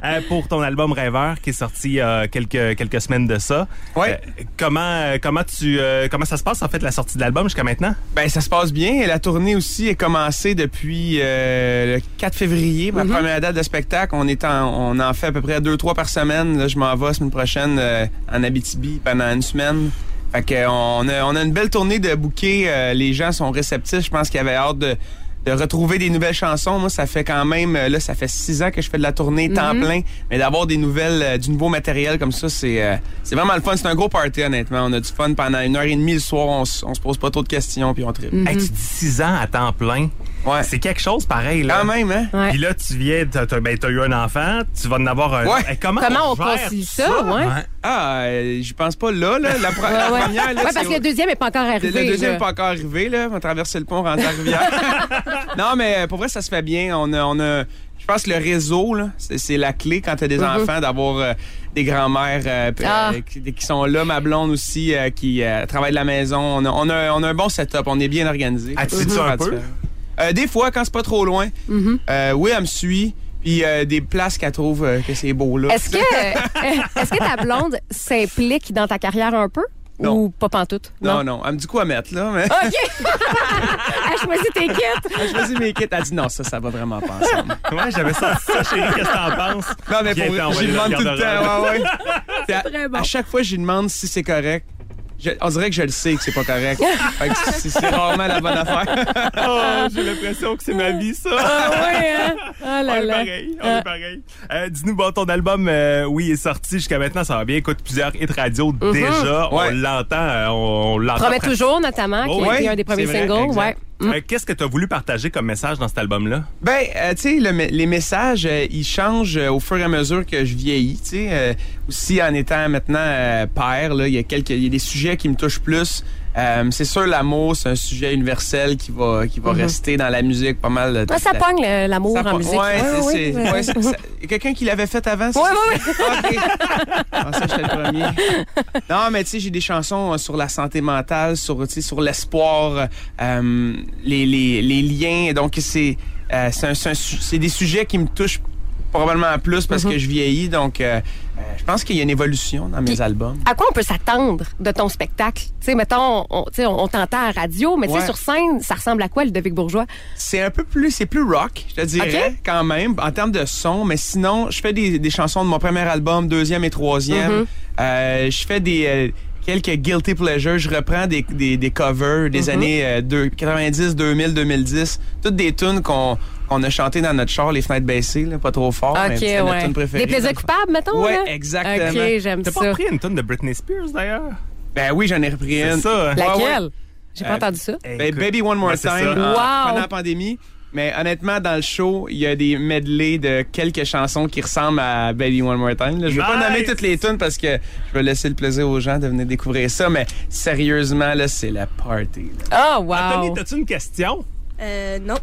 [SPEAKER 6] Euh, pour ton album Rêveur qui est sorti il y a quelques, quelques semaines de ça.
[SPEAKER 9] Ouais.
[SPEAKER 6] Euh, comment, euh, comment, tu, euh, comment ça se passe en fait la sortie de l'album jusqu'à maintenant?
[SPEAKER 9] Ben, ça se passe bien. La tournée aussi est commencée depuis euh, le 4 février, ma première date de spectacle. On, est en, on en fait à peu près 2-3 par semaine. Là, je m'en vais la semaine prochaine euh, en Abitibi pendant une semaine. Fait que, euh, on, a, on a une belle tournée de bouquets. les gens sont réceptifs. Je pense qu'ils avaient hâte de, de retrouver des nouvelles chansons. Moi, ça fait quand même, euh, là, ça fait six ans que je fais de la tournée temps
[SPEAKER 5] Mhm.
[SPEAKER 9] plein. Mais d'avoir des nouvelles, euh, du nouveau matériel comme ça, c'est euh, c'est vraiment le fun. C'est un gros party, honnêtement. On a du fun pendant une heure et demie le soir. On, s- on se pose pas trop de questions, puis on tripe.
[SPEAKER 6] Hey, tu dis 6 ans à temps plein.
[SPEAKER 9] Mm-hmm. Ouais.
[SPEAKER 6] C'est quelque chose pareil. Là.
[SPEAKER 9] Quand même, hein?
[SPEAKER 5] Ouais.
[SPEAKER 6] Puis là, tu viens, t'as as, eu un enfant, tu vas en avoir un.
[SPEAKER 9] Ouais.
[SPEAKER 6] Hey, comment,
[SPEAKER 5] Comment on
[SPEAKER 6] gère
[SPEAKER 5] concilie
[SPEAKER 6] tout
[SPEAKER 5] ça, ouais?
[SPEAKER 4] Ouais.
[SPEAKER 9] Ah, euh, je pense pas là, là. La, pro-
[SPEAKER 5] Ouais,
[SPEAKER 9] la
[SPEAKER 5] ouais.
[SPEAKER 9] première, là,
[SPEAKER 5] Ouais,
[SPEAKER 9] c'est-
[SPEAKER 5] parce que le deuxième n'est pas encore
[SPEAKER 9] Le,
[SPEAKER 5] arrivé.
[SPEAKER 9] le deuxième
[SPEAKER 5] là.
[SPEAKER 9] n'est pas encore arrivé, là. On va traverser le pont, rentrer à Rivière. non, mais euh, pour vrai, ça se fait bien. On a, on a, je pense que le réseau, là, c'est, c'est la clé quand t'as des enfants, d'avoir euh, des grands-mères euh, p-
[SPEAKER 5] Ah.
[SPEAKER 9] euh, qui, qui sont là. Ma blonde aussi, euh, qui euh, travaille de la maison. On a, on, a, on a un bon setup. On est bien organisé.
[SPEAKER 6] As-tu dit ça un peu?
[SPEAKER 9] Euh, des fois, quand c'est pas trop loin, euh, oui, elle me suit. Puis euh, des places qu'elle trouve euh, que c'est beau, là.
[SPEAKER 5] Est-ce que, euh, est-ce que ta blonde s'implique dans ta carrière un peu?
[SPEAKER 9] Non.
[SPEAKER 5] Ou pas pantoute?
[SPEAKER 9] Non, non, elle me dit quoi mettre, là. Mais...
[SPEAKER 5] OK. Ah, je me suis t'es quitte.
[SPEAKER 9] Je choisis mes kits. Elle dit non, ça, ça va vraiment pas ensemble.
[SPEAKER 6] Ouais, j'avais senti ça, chérie. Qu'est-ce que t'en penses?
[SPEAKER 9] Non, mais
[SPEAKER 6] Viens
[SPEAKER 9] pour
[SPEAKER 6] t'en, on va
[SPEAKER 9] j'y
[SPEAKER 6] aller dans
[SPEAKER 9] demande
[SPEAKER 6] le
[SPEAKER 9] tout le
[SPEAKER 6] garde-robe.
[SPEAKER 9] temps. Ouais, ouais. Puis à,
[SPEAKER 5] très bon.
[SPEAKER 9] à chaque fois, je lui demande si c'est correct. Je- on dirait que je le sais que c'est pas correct. Fait que c'est, c'est rarement la bonne affaire.
[SPEAKER 6] Oh, j'ai l'impression que c'est ma vie, ça.
[SPEAKER 5] Ah ouais, hein? Ah
[SPEAKER 6] On
[SPEAKER 5] là
[SPEAKER 6] est
[SPEAKER 5] là.
[SPEAKER 6] pareil, on est pareil. Euh, Dis-nous, bon, ton album, euh, oui, est sorti jusqu'à maintenant, ça va bien. Écoute, plusieurs hits radio déjà. On
[SPEAKER 9] Ouais.
[SPEAKER 6] l'entend, euh, on, on l'entend.
[SPEAKER 5] Mhm. Promet
[SPEAKER 6] presque-
[SPEAKER 5] toujours, notamment, qui
[SPEAKER 6] Oh,
[SPEAKER 5] a
[SPEAKER 9] ouais,
[SPEAKER 5] été un des premiers
[SPEAKER 9] c'est vrai,
[SPEAKER 5] singles.
[SPEAKER 9] exact.
[SPEAKER 5] Ouais.
[SPEAKER 6] Euh, Qu'est-ce que tu as voulu partager comme message dans cet album-là?
[SPEAKER 9] Ben, euh, tu sais, le me- les messages, euh, ils changent euh, au fur et à mesure que je vieillis, tu sais. euh, aussi, en étant maintenant euh, père, là, il y a quelques, il y a des sujets qui me touchent plus. Euh, c'est sûr, l'amour, c'est un sujet universel qui va, qui va rester dans la musique pas mal. de-
[SPEAKER 5] Ouais, Ah, ça
[SPEAKER 9] la-
[SPEAKER 5] pogne le- l'amour
[SPEAKER 9] ça
[SPEAKER 5] en
[SPEAKER 9] pogne.
[SPEAKER 5] musique. Ah,
[SPEAKER 9] Ouais, c'est- c'est-
[SPEAKER 5] ouais.
[SPEAKER 9] ouais, c'est- ça- Quelqu'un qui l'avait fait avant, c'est
[SPEAKER 5] Ouais, ouais,
[SPEAKER 9] OK. Ah, ça, j'étais le premier. Non, Ah, mais tu sais, j'ai des chansons euh, sur la santé mentale, sur, tu sais, sur l'espoir, euh, les, les, les liens. Donc, c'est euh, c'est un- c'est un su- c'est des sujets qui me touchent probablement plus parce que je vieillis. Donc, euh, euh, je pense qu'il y a une évolution dans mes
[SPEAKER 5] Puis-
[SPEAKER 9] albums.
[SPEAKER 5] À quoi on peut s'attendre de ton spectacle? Tu sais, mettons, on, tu sais, on, on t'entend à radio, mais tu sais,
[SPEAKER 9] Ouais.
[SPEAKER 5] sur scène, ça ressemble à quoi le Devic Bourgeois?
[SPEAKER 9] C'est un peu plus, c'est plus rock, je te dirais,
[SPEAKER 5] Ok.
[SPEAKER 9] quand même, en termes de son. Mais sinon, je fais des, des chansons de mon premier album, deuxième et troisième. Euh, je fais des euh, quelques guilty pleasures. Je reprends des, des, des covers des années euh, deux- 90, 2000, 2010. Toutes des tunes qu'on qu'on a chantées dans notre char, les fenêtres baissées, là, pas trop fort. mais c'était notre tune préférée.
[SPEAKER 5] Des plaisirs coupables, mettons?
[SPEAKER 9] Ouais,
[SPEAKER 5] là?
[SPEAKER 9] exactement.
[SPEAKER 5] OK, j'aime
[SPEAKER 6] T'as
[SPEAKER 5] ça.
[SPEAKER 6] pas pris une tonne de Britney Spears, d'ailleurs?
[SPEAKER 9] Ben oui, j'en ai repris
[SPEAKER 6] C'est
[SPEAKER 9] une.
[SPEAKER 6] ça. hein?
[SPEAKER 9] La- ouais.
[SPEAKER 5] Laquelle? J'ai pas
[SPEAKER 9] Euh,
[SPEAKER 5] entendu ça.
[SPEAKER 6] Hey,
[SPEAKER 9] Ben,
[SPEAKER 6] écoute,
[SPEAKER 9] Baby One More
[SPEAKER 6] ouais, c'est
[SPEAKER 9] Time
[SPEAKER 6] ça.
[SPEAKER 5] Ah. Wow.
[SPEAKER 9] pendant la pandémie. Mais honnêtement, dans le show, il y a des medley de quelques chansons qui ressemblent à Ben Baby One More Time. là. Je vais pas
[SPEAKER 6] Nice.
[SPEAKER 9] nommer toutes les tunes parce que je vais laisser le plaisir aux gens de venir découvrir ça. Mais sérieusement, là, c'est la party. là.
[SPEAKER 5] Ah, wow!
[SPEAKER 6] Anthony, t'as-tu une question?
[SPEAKER 8] Euh, non.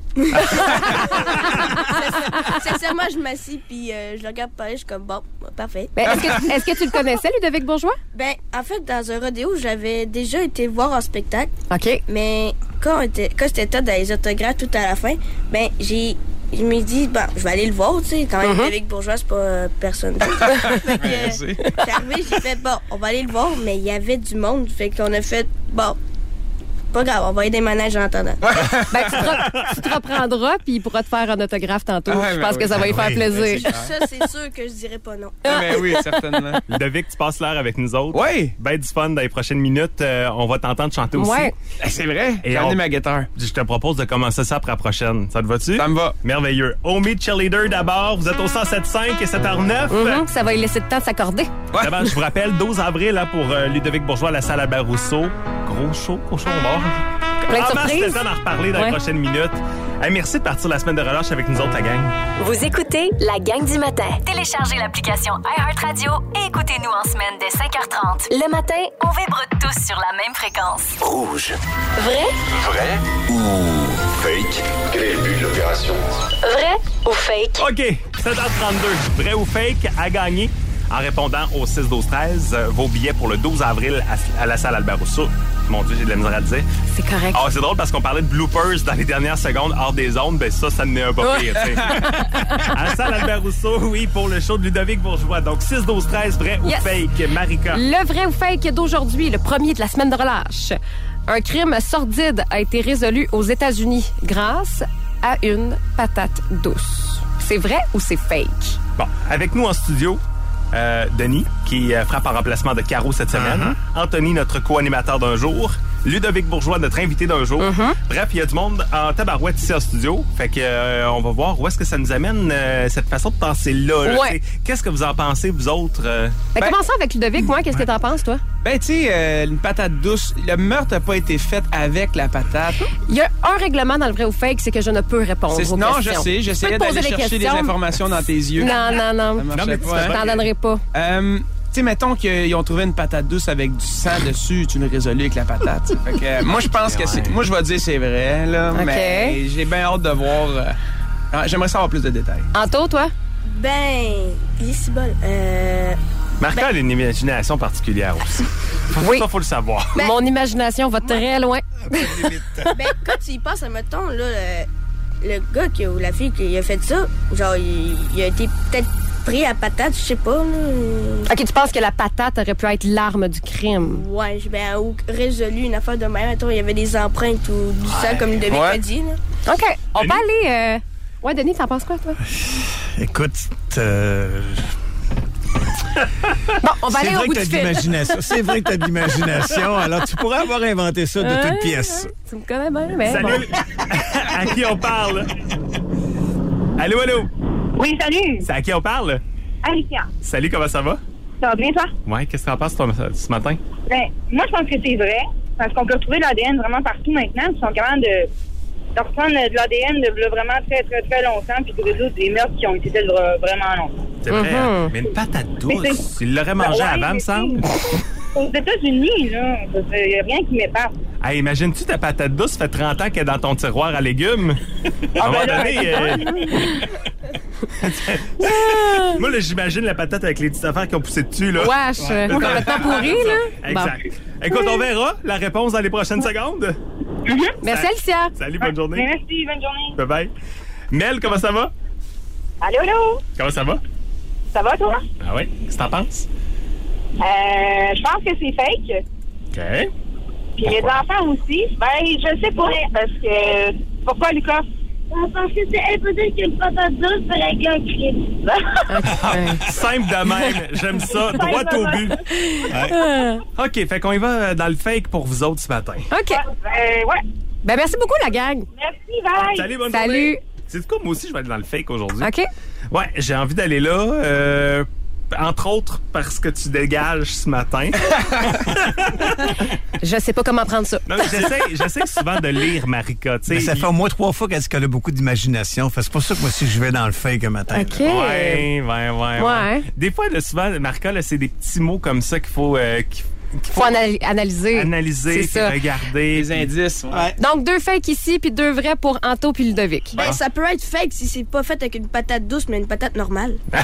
[SPEAKER 8] Sincèrement, je m'assis puis euh, je le regarde parler, je suis comme bon, parfait.
[SPEAKER 5] Ben, est-ce, que, est-ce que tu le connaissais, Ludovic Bourgeois?
[SPEAKER 8] Ben, en fait, dans un rodéo, j'avais déjà été le voir en spectacle,
[SPEAKER 5] OK.
[SPEAKER 8] mais quand on était, quand c'était temps dans les autographes tout à la fin, ben, j'ai, je me dis, ben, je vais aller le voir, tu sais, quand même,
[SPEAKER 9] Uh-huh.
[SPEAKER 8] avec Bourgeois, c'est pas euh, personne.
[SPEAKER 9] Ben,
[SPEAKER 8] fait que, euh,
[SPEAKER 9] Merci.
[SPEAKER 8] j'étais arrivée, j'ai fait, bon, on va aller le voir, mais il y avait du monde, fait qu'on a fait, bon, pas grave, on va aller déménager en attendant.
[SPEAKER 5] Ben, tu, te re- tu te reprendras, puis il pourra te faire un autographe tantôt.
[SPEAKER 9] Ah,
[SPEAKER 5] je
[SPEAKER 9] ben
[SPEAKER 5] pense
[SPEAKER 9] oui.
[SPEAKER 5] que ça va
[SPEAKER 9] Ah,
[SPEAKER 5] lui faire
[SPEAKER 9] oui,
[SPEAKER 5] plaisir.
[SPEAKER 9] ben,
[SPEAKER 8] Ça, c'est sûr que je dirais pas non.
[SPEAKER 9] Ah, ben oui, certainement.
[SPEAKER 6] Ludovic, tu passes l'heure avec nous autres.
[SPEAKER 9] Oui,
[SPEAKER 6] Ben du fun dans les prochaines minutes. euh, on va t'entendre chanter aussi.
[SPEAKER 5] Ouais.
[SPEAKER 9] c'est vrai.
[SPEAKER 6] Et
[SPEAKER 9] J'ai amené
[SPEAKER 6] on-
[SPEAKER 9] Eh, ma guitare.
[SPEAKER 6] Je te propose de commencer ça après la prochaine. Ça te va-tu?
[SPEAKER 9] Ça me va.
[SPEAKER 6] Merveilleux. Homie Cheerleader d'abord. Vous êtes au 107.5 et 7h09.
[SPEAKER 5] Mhm, Ça va lui laisser le temps de s'accorder.
[SPEAKER 9] Ouais.
[SPEAKER 6] D'abord, je vous rappelle, 12 avril hein, pour euh, Ludovic Bourgeois à la salle Albert Rousseau. Gros show, gros show, on va voir.
[SPEAKER 5] Plein de
[SPEAKER 6] Ah, ben, c'est le
[SPEAKER 5] surprises.
[SPEAKER 6] temps d'en reparler dans
[SPEAKER 5] Ouais.
[SPEAKER 6] les prochaines minutes. Hey, merci de partir la semaine de relâche avec nous autres, la gang.
[SPEAKER 2] Vous écoutez la gang du matin.
[SPEAKER 3] Téléchargez l'application iHeartRadio et écoutez-nous en semaine dès 5h30.
[SPEAKER 2] Le matin,
[SPEAKER 3] On vibre tous sur la même fréquence.
[SPEAKER 2] vrai,
[SPEAKER 10] Vrai ou fake? Quel est le but de l'opération?
[SPEAKER 2] vrai ou fake?
[SPEAKER 6] OK, 7h32. Vrai ou fake à gagner en répondant au 6-12-13. euh, Vos billets pour le 12 avril à, à la salle Albert Rousseau. Mon Dieu, j'ai de la misère à le dire.
[SPEAKER 5] C'est correct.
[SPEAKER 6] Ah, c'est drôle parce qu'on parlait de bloopers dans les dernières secondes hors des ondes. Ben ça, ça n'est un pas pire, tu sais. À la salle Albert Rousseau, oui, pour le show de Ludovic Bourgeois. Donc 6-12-13, vrai
[SPEAKER 5] Yes.
[SPEAKER 6] ou fake, Marika.
[SPEAKER 5] Le vrai ou fake d'aujourd'hui, le premier de la semaine de relâche. Un crime sordide a été résolu aux États-Unis grâce à une patate douce. C'est vrai ou c'est fake?
[SPEAKER 6] Bon, avec nous en studio, euh, Denis, qui euh, frappe en remplacement de Caro cette semaine.
[SPEAKER 5] Uh-huh.
[SPEAKER 6] Anthony, notre co-animateur d'un jour. Ludovic Bourgeois, notre invité d'un jour.
[SPEAKER 5] Uh-huh.
[SPEAKER 6] Bref, il y a du monde en tabarouette ici en studio. Fait que euh, on va voir où est-ce que ça nous amène euh, cette façon de penser-là. là.
[SPEAKER 5] Ouais.
[SPEAKER 6] C'est- Qu'est-ce que vous en pensez, vous autres? euh?
[SPEAKER 5] Fait que
[SPEAKER 9] Ben-
[SPEAKER 5] commençons avec Ludovic, moi, qu'est-ce que t'en penses, toi?
[SPEAKER 9] Ben, tu sais, euh, une patate douce. Le meurtre n'a pas été fait avec la patate.
[SPEAKER 5] Il y a un règlement dans le vrai ou fake, c'est que je ne peux répondre
[SPEAKER 9] C'est-
[SPEAKER 5] aux
[SPEAKER 9] Non, je
[SPEAKER 5] questions.
[SPEAKER 9] sais.
[SPEAKER 5] Tu peux
[SPEAKER 9] J'essayais
[SPEAKER 5] te poser
[SPEAKER 9] d'aller
[SPEAKER 5] des
[SPEAKER 9] chercher des
[SPEAKER 5] questions.
[SPEAKER 9] informations dans tes yeux.
[SPEAKER 5] Non, non, non.
[SPEAKER 9] Ça
[SPEAKER 6] Non, mais
[SPEAKER 9] marchait
[SPEAKER 6] tu
[SPEAKER 9] pas,
[SPEAKER 6] fais
[SPEAKER 9] hein?
[SPEAKER 5] Je t'en donnerai pas.
[SPEAKER 9] Euh, tu sais, mettons qu'ils ont trouvé une patate douce avec du sang dessus, tu le résolus avec la patate. Fait que, euh, moi, je pense que c'est. Moi, je vais dire c'est vrai, là.
[SPEAKER 5] Ok.
[SPEAKER 9] Ah, Mais j'ai bien hâte de voir. euh, ah, J'aimerais savoir plus de détails.
[SPEAKER 5] Anto, toi?
[SPEAKER 8] Ben, il est si bon. Euh,
[SPEAKER 6] Marca a une imagination particulière aussi.
[SPEAKER 5] Ben- Oui.
[SPEAKER 6] Ça, faut le savoir.
[SPEAKER 8] Ben-
[SPEAKER 5] Mon imagination va très loin.
[SPEAKER 8] ben, quand tu y penses, admettons, là, le, le gars qui, ou la fille qui a fait ça, genre, il, il a été peut-être pris à patate, je sais pas. là.
[SPEAKER 5] OK, tu penses que la patate aurait pu être l'arme du crime?
[SPEAKER 8] Ouais, je- ben, ou résolu une affaire de même. Attends, il y avait des empreintes ou du sang, comme David
[SPEAKER 9] Ouais.
[SPEAKER 8] a dit, là.
[SPEAKER 5] OK, on
[SPEAKER 6] Denis?
[SPEAKER 5] peut aller... euh, Ouais, Denis, t'en penses quoi, toi?
[SPEAKER 4] Écoute, euh,
[SPEAKER 5] Bon, on va
[SPEAKER 4] c'est
[SPEAKER 5] aller au
[SPEAKER 4] vrai
[SPEAKER 5] bout
[SPEAKER 4] que
[SPEAKER 5] du
[SPEAKER 4] t'as de
[SPEAKER 5] fil.
[SPEAKER 4] l'imagination. C'est vrai que t'as de l'imagination. Alors, tu pourrais avoir inventé ça de toutes pièces.
[SPEAKER 5] Tu me connais bien, mais bon.
[SPEAKER 6] Salut! à qui on parle? Allô, allô?
[SPEAKER 7] Oui, salut!
[SPEAKER 6] C'est à qui on parle?
[SPEAKER 7] Alicia,
[SPEAKER 6] Salut, comment ça va?
[SPEAKER 7] ça va bien, toi?
[SPEAKER 6] Ouais, qu'est-ce que t'en penses toi, ce matin?
[SPEAKER 7] Ben, moi, je pense que c'est vrai. Parce qu'on peut retrouver l'ADN vraiment partout maintenant. Ils sont capables de de reprendre de l'ADN de là, vraiment très, très, très longtemps, puis de résoudre des meurtres qui ont été là, vraiment longtemps.
[SPEAKER 6] C'est vrai,
[SPEAKER 5] Mm-hmm.
[SPEAKER 6] hein? mais une patate douce. Il l'aurait mangée
[SPEAKER 7] Ouais,
[SPEAKER 6] avant, me
[SPEAKER 7] mais
[SPEAKER 6] semble.
[SPEAKER 7] c'est- Aux États-Unis, là, il n'y a rien qui m'épate.
[SPEAKER 6] Hey, imagine-tu ta patate douce, fait 30 ans qu'elle est dans ton tiroir à légumes?
[SPEAKER 5] Ah,
[SPEAKER 6] à un
[SPEAKER 5] ben
[SPEAKER 6] moment donné, euh, Moi, là, j'imagine la patate avec les petites affaires qui ont poussé dessus, là.
[SPEAKER 5] Wesh, euh, complètement pourri, là.
[SPEAKER 6] Exact. Écoute, on verra la réponse dans les prochaines secondes.
[SPEAKER 5] Bon. Merci, Alicia.
[SPEAKER 6] Salut, bonne journée.
[SPEAKER 7] Merci, bonne journée.
[SPEAKER 6] Bye bye. Mel, comment ça va?
[SPEAKER 7] Allô, allô?
[SPEAKER 6] Comment ça va?
[SPEAKER 7] Ça va, toi?
[SPEAKER 6] Ah ouais? Qu'est-ce que t'en penses?
[SPEAKER 7] Euh, je pense que c'est fake.
[SPEAKER 6] OK.
[SPEAKER 7] Puis les enfants aussi. Ben, je sais pas, parce que... Pourquoi, Lucas? Ben, Parce que c'est impossible qu'une patate douce soit régler un crime.
[SPEAKER 6] Simple de même. J'aime ça. Droit au but. Ouais. OK, fait qu'on y va euh, dans le fake pour vous autres ce matin.
[SPEAKER 5] OK.
[SPEAKER 7] Euh, ouais.
[SPEAKER 5] Ben, merci beaucoup, la gang.
[SPEAKER 7] Merci, bye.
[SPEAKER 6] Salut, bonne
[SPEAKER 5] Salut.
[SPEAKER 6] journée. C'est quoi? Moi aussi, je vais aller dans le fake aujourd'hui.
[SPEAKER 5] OK?
[SPEAKER 6] Ouais, j'ai envie d'aller là. euh, entre autres parce que tu dégages ce matin.
[SPEAKER 5] Je sais pas comment prendre ça.
[SPEAKER 6] Non, mais j'essaie, j'essaie souvent de lire Marika. tu sais.
[SPEAKER 4] Mais Ben, ça fait au moins trois fois qu'elle dit qu'elle a beaucoup d'imagination. Fait que C'est pour ça que moi aussi, je vais dans le fake un matin.
[SPEAKER 5] OK.
[SPEAKER 6] Ouais, ouais, ouais, ouais.
[SPEAKER 5] Ouais.
[SPEAKER 6] Des fois, là, souvent, Marika, là, c'est des petits mots comme ça qu'il faut, euh, qu'il qu'il
[SPEAKER 5] Faut anal- analyser.
[SPEAKER 6] analyser,
[SPEAKER 5] C'est
[SPEAKER 6] puis
[SPEAKER 5] ça.
[SPEAKER 6] regarder.
[SPEAKER 9] Les indices.
[SPEAKER 5] Donc, deux fakes ici, puis deux vrais pour Anto puis Ludovic.
[SPEAKER 8] Ben, ça peut être fake si c'est pas fait avec une patate douce, mais une patate normale.
[SPEAKER 5] Toi,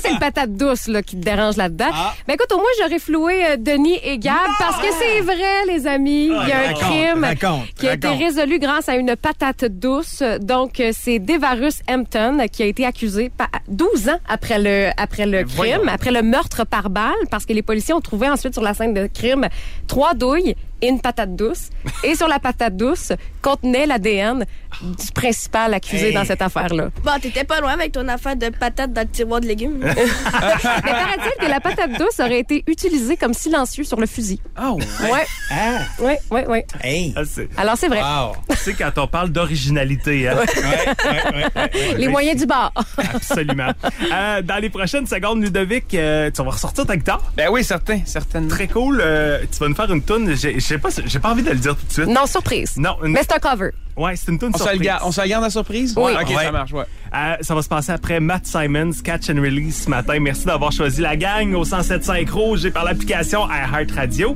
[SPEAKER 5] c'est le patate douce là, qui te dérange là-dedans.
[SPEAKER 4] Ah.
[SPEAKER 5] Ben écoute, au moins, j'aurais floué euh, Denis et Gab parce que c'est vrai, les amis. Il y a un
[SPEAKER 4] raconte,
[SPEAKER 5] crime
[SPEAKER 4] raconte,
[SPEAKER 5] qui a été
[SPEAKER 4] raconte.
[SPEAKER 5] résolu grâce à une patate douce. Donc, euh, c'est Devarus Hampton euh, qui a été accusé pa- 12 ans après le, après le crime, après le meurtre par balle, parce que les policiers ont trouvé ensuite sur la scène de crime trois douilles et une patate douce. Et sur la patate douce contenait l'ADN du principal accusé dans cette affaire-là.
[SPEAKER 8] Bon, t'étais pas loin avec ton affaire de patate dans le tiroir de légumes.
[SPEAKER 5] Mais paraît-il que la patate douce aurait été utilisée comme silencieux sur le fusil.
[SPEAKER 9] Oh,
[SPEAKER 5] Ouais. Oui, oui, oui.
[SPEAKER 4] Hey.
[SPEAKER 6] Ah, c'est-
[SPEAKER 5] Alors, c'est vrai.
[SPEAKER 4] Wow.
[SPEAKER 6] tu sais, quand on parle d'originalité, hein,
[SPEAKER 5] Les
[SPEAKER 9] ben,
[SPEAKER 5] moyens du bord.
[SPEAKER 6] absolument. Euh, dans les prochaines secondes, Ludovic, euh, tu vas ressortir ta guitare.
[SPEAKER 9] Ben oui, certain, certainement.
[SPEAKER 6] Très cool. euh, tu vas nous faire une toune. J'ai- Je sais pas, si- j'ai pas envie de le dire tout de suite.
[SPEAKER 5] non, surprise.
[SPEAKER 6] Non, une-
[SPEAKER 5] Mais c'est un cover.
[SPEAKER 6] Ouais, c'est une toune
[SPEAKER 9] On se,
[SPEAKER 6] surprise.
[SPEAKER 9] le garde, on se le garde à surprise?
[SPEAKER 5] Oui.
[SPEAKER 9] Ok,
[SPEAKER 6] Ouais.
[SPEAKER 9] ça marche, ouais.
[SPEAKER 6] Euh, ça va se passer après Matt Simons, Catch and Release ce matin. Merci d'avoir choisi la gang au 107.5 Rouge et par l'application iHeartRadio.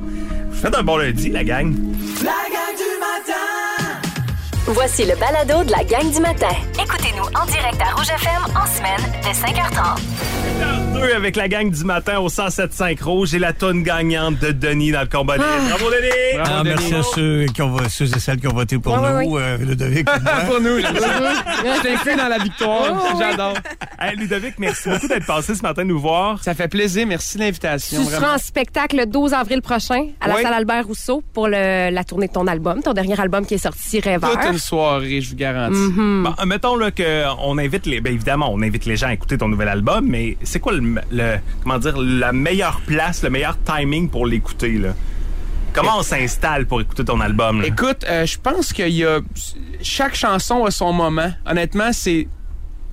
[SPEAKER 6] Vous faites un bon lundi, la gang.
[SPEAKER 1] La gang du matin
[SPEAKER 2] Voici le balado de la gang du matin.
[SPEAKER 3] Écoutez-nous en direct à Rouge FM en semaine dès 5h30.
[SPEAKER 6] Deux avec la gang du matin au 107.5 Rouge et la toune gagnante de Denis dans le combat libre. Bravo, Denis!
[SPEAKER 9] Bravo,
[SPEAKER 4] Ah,
[SPEAKER 9] Denis.
[SPEAKER 4] merci à ceux, qui ont, vo- ceux et celles qui ont voté pour
[SPEAKER 5] Ouais, ouais,
[SPEAKER 4] nous, euh, Ludovic. et moi.
[SPEAKER 9] Pour nous, j'aime ça.
[SPEAKER 5] Mmh.
[SPEAKER 9] je t'inclus dans la victoire. J'adore.
[SPEAKER 6] Hey, Ludovic, merci beaucoup d'être passé ce matin nous voir.
[SPEAKER 9] Ça fait plaisir. Merci de
[SPEAKER 5] Tu
[SPEAKER 9] l'invitation.
[SPEAKER 5] seras en spectacle le 12 avril prochain à la
[SPEAKER 9] Oui.
[SPEAKER 5] salle Albert Rousseau pour le- la tournée de ton album, ton dernier album qui est sorti, Rêveur.
[SPEAKER 9] Toute une soirée, je vous garantis.
[SPEAKER 6] Bon, mettons là que on invite les, ben évidemment, on invite les gens à écouter ton nouvel album, mais c'est quoi le, le- comment dire, la meilleure place, le meilleur timing pour l'écouter là Comment on s'installe pour écouter ton album là?
[SPEAKER 9] Écoute, euh, je pense qu'il y a. Chaque chanson a son moment. Honnêtement, c'est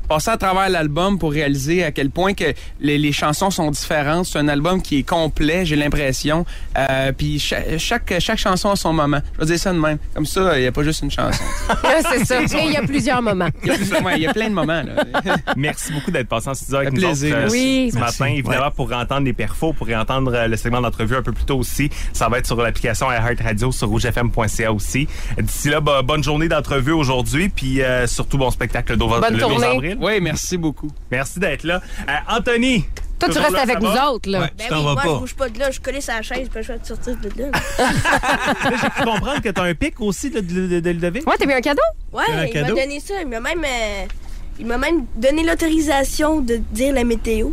[SPEAKER 9] passer à travers l'album pour réaliser à quel point que les, les chansons sont différentes. C'est un album qui est complet, j'ai l'impression. Euh, puis cha- chaque, chaque, chanson a son moment. Je vais dire ça de même. Comme ça, il n'y a pas juste une chanson.
[SPEAKER 5] Ah, c'est ça. Et il y a plusieurs moments.
[SPEAKER 9] Il y a, plusieurs- ouais, il y a plein de moments.
[SPEAKER 8] Ben
[SPEAKER 9] Là.
[SPEAKER 6] Merci beaucoup d'être passé en studio avec
[SPEAKER 9] Fait
[SPEAKER 6] nous
[SPEAKER 9] plaisir.
[SPEAKER 6] autres, euh,
[SPEAKER 5] Oui.
[SPEAKER 6] ce
[SPEAKER 4] Merci.
[SPEAKER 6] matin. Évidemment,
[SPEAKER 4] Ouais.
[SPEAKER 6] pour entendre les perfos, pour entendre euh, le segment d'entrevue un peu plus tôt aussi, ça va être sur l'application iHeartRadio, sur rougefm.ca aussi. D'ici là, bah, bonne journée d'entrevue aujourd'hui, puis euh, surtout bon spectacle le 12
[SPEAKER 5] Bonne
[SPEAKER 6] le 12
[SPEAKER 5] tournée.
[SPEAKER 6] avril.
[SPEAKER 9] Oui, merci beaucoup.
[SPEAKER 6] Merci d'être là. Euh, Anthony!
[SPEAKER 5] Toi, tu
[SPEAKER 6] toujours
[SPEAKER 5] restes
[SPEAKER 6] là,
[SPEAKER 5] avec
[SPEAKER 6] ça
[SPEAKER 5] nous
[SPEAKER 6] va?
[SPEAKER 5] autres, là.
[SPEAKER 4] Ouais, tu
[SPEAKER 8] Ben oui,
[SPEAKER 4] t'en vas
[SPEAKER 8] moi, je
[SPEAKER 4] pas.
[SPEAKER 8] bouge pas de là. Je collais sa chaise, puis je vais te sortir de là.
[SPEAKER 6] Là, J'ai pu comprendre que t'as un pic aussi de, de, de- de Ludovic.
[SPEAKER 5] Ouais, t'as vu un cadeau?
[SPEAKER 4] un
[SPEAKER 8] Ouais, il m'a
[SPEAKER 4] cadeau?
[SPEAKER 8] donné ça. Il m'a même, euh, il m'a même donné l'autorisation de dire la météo.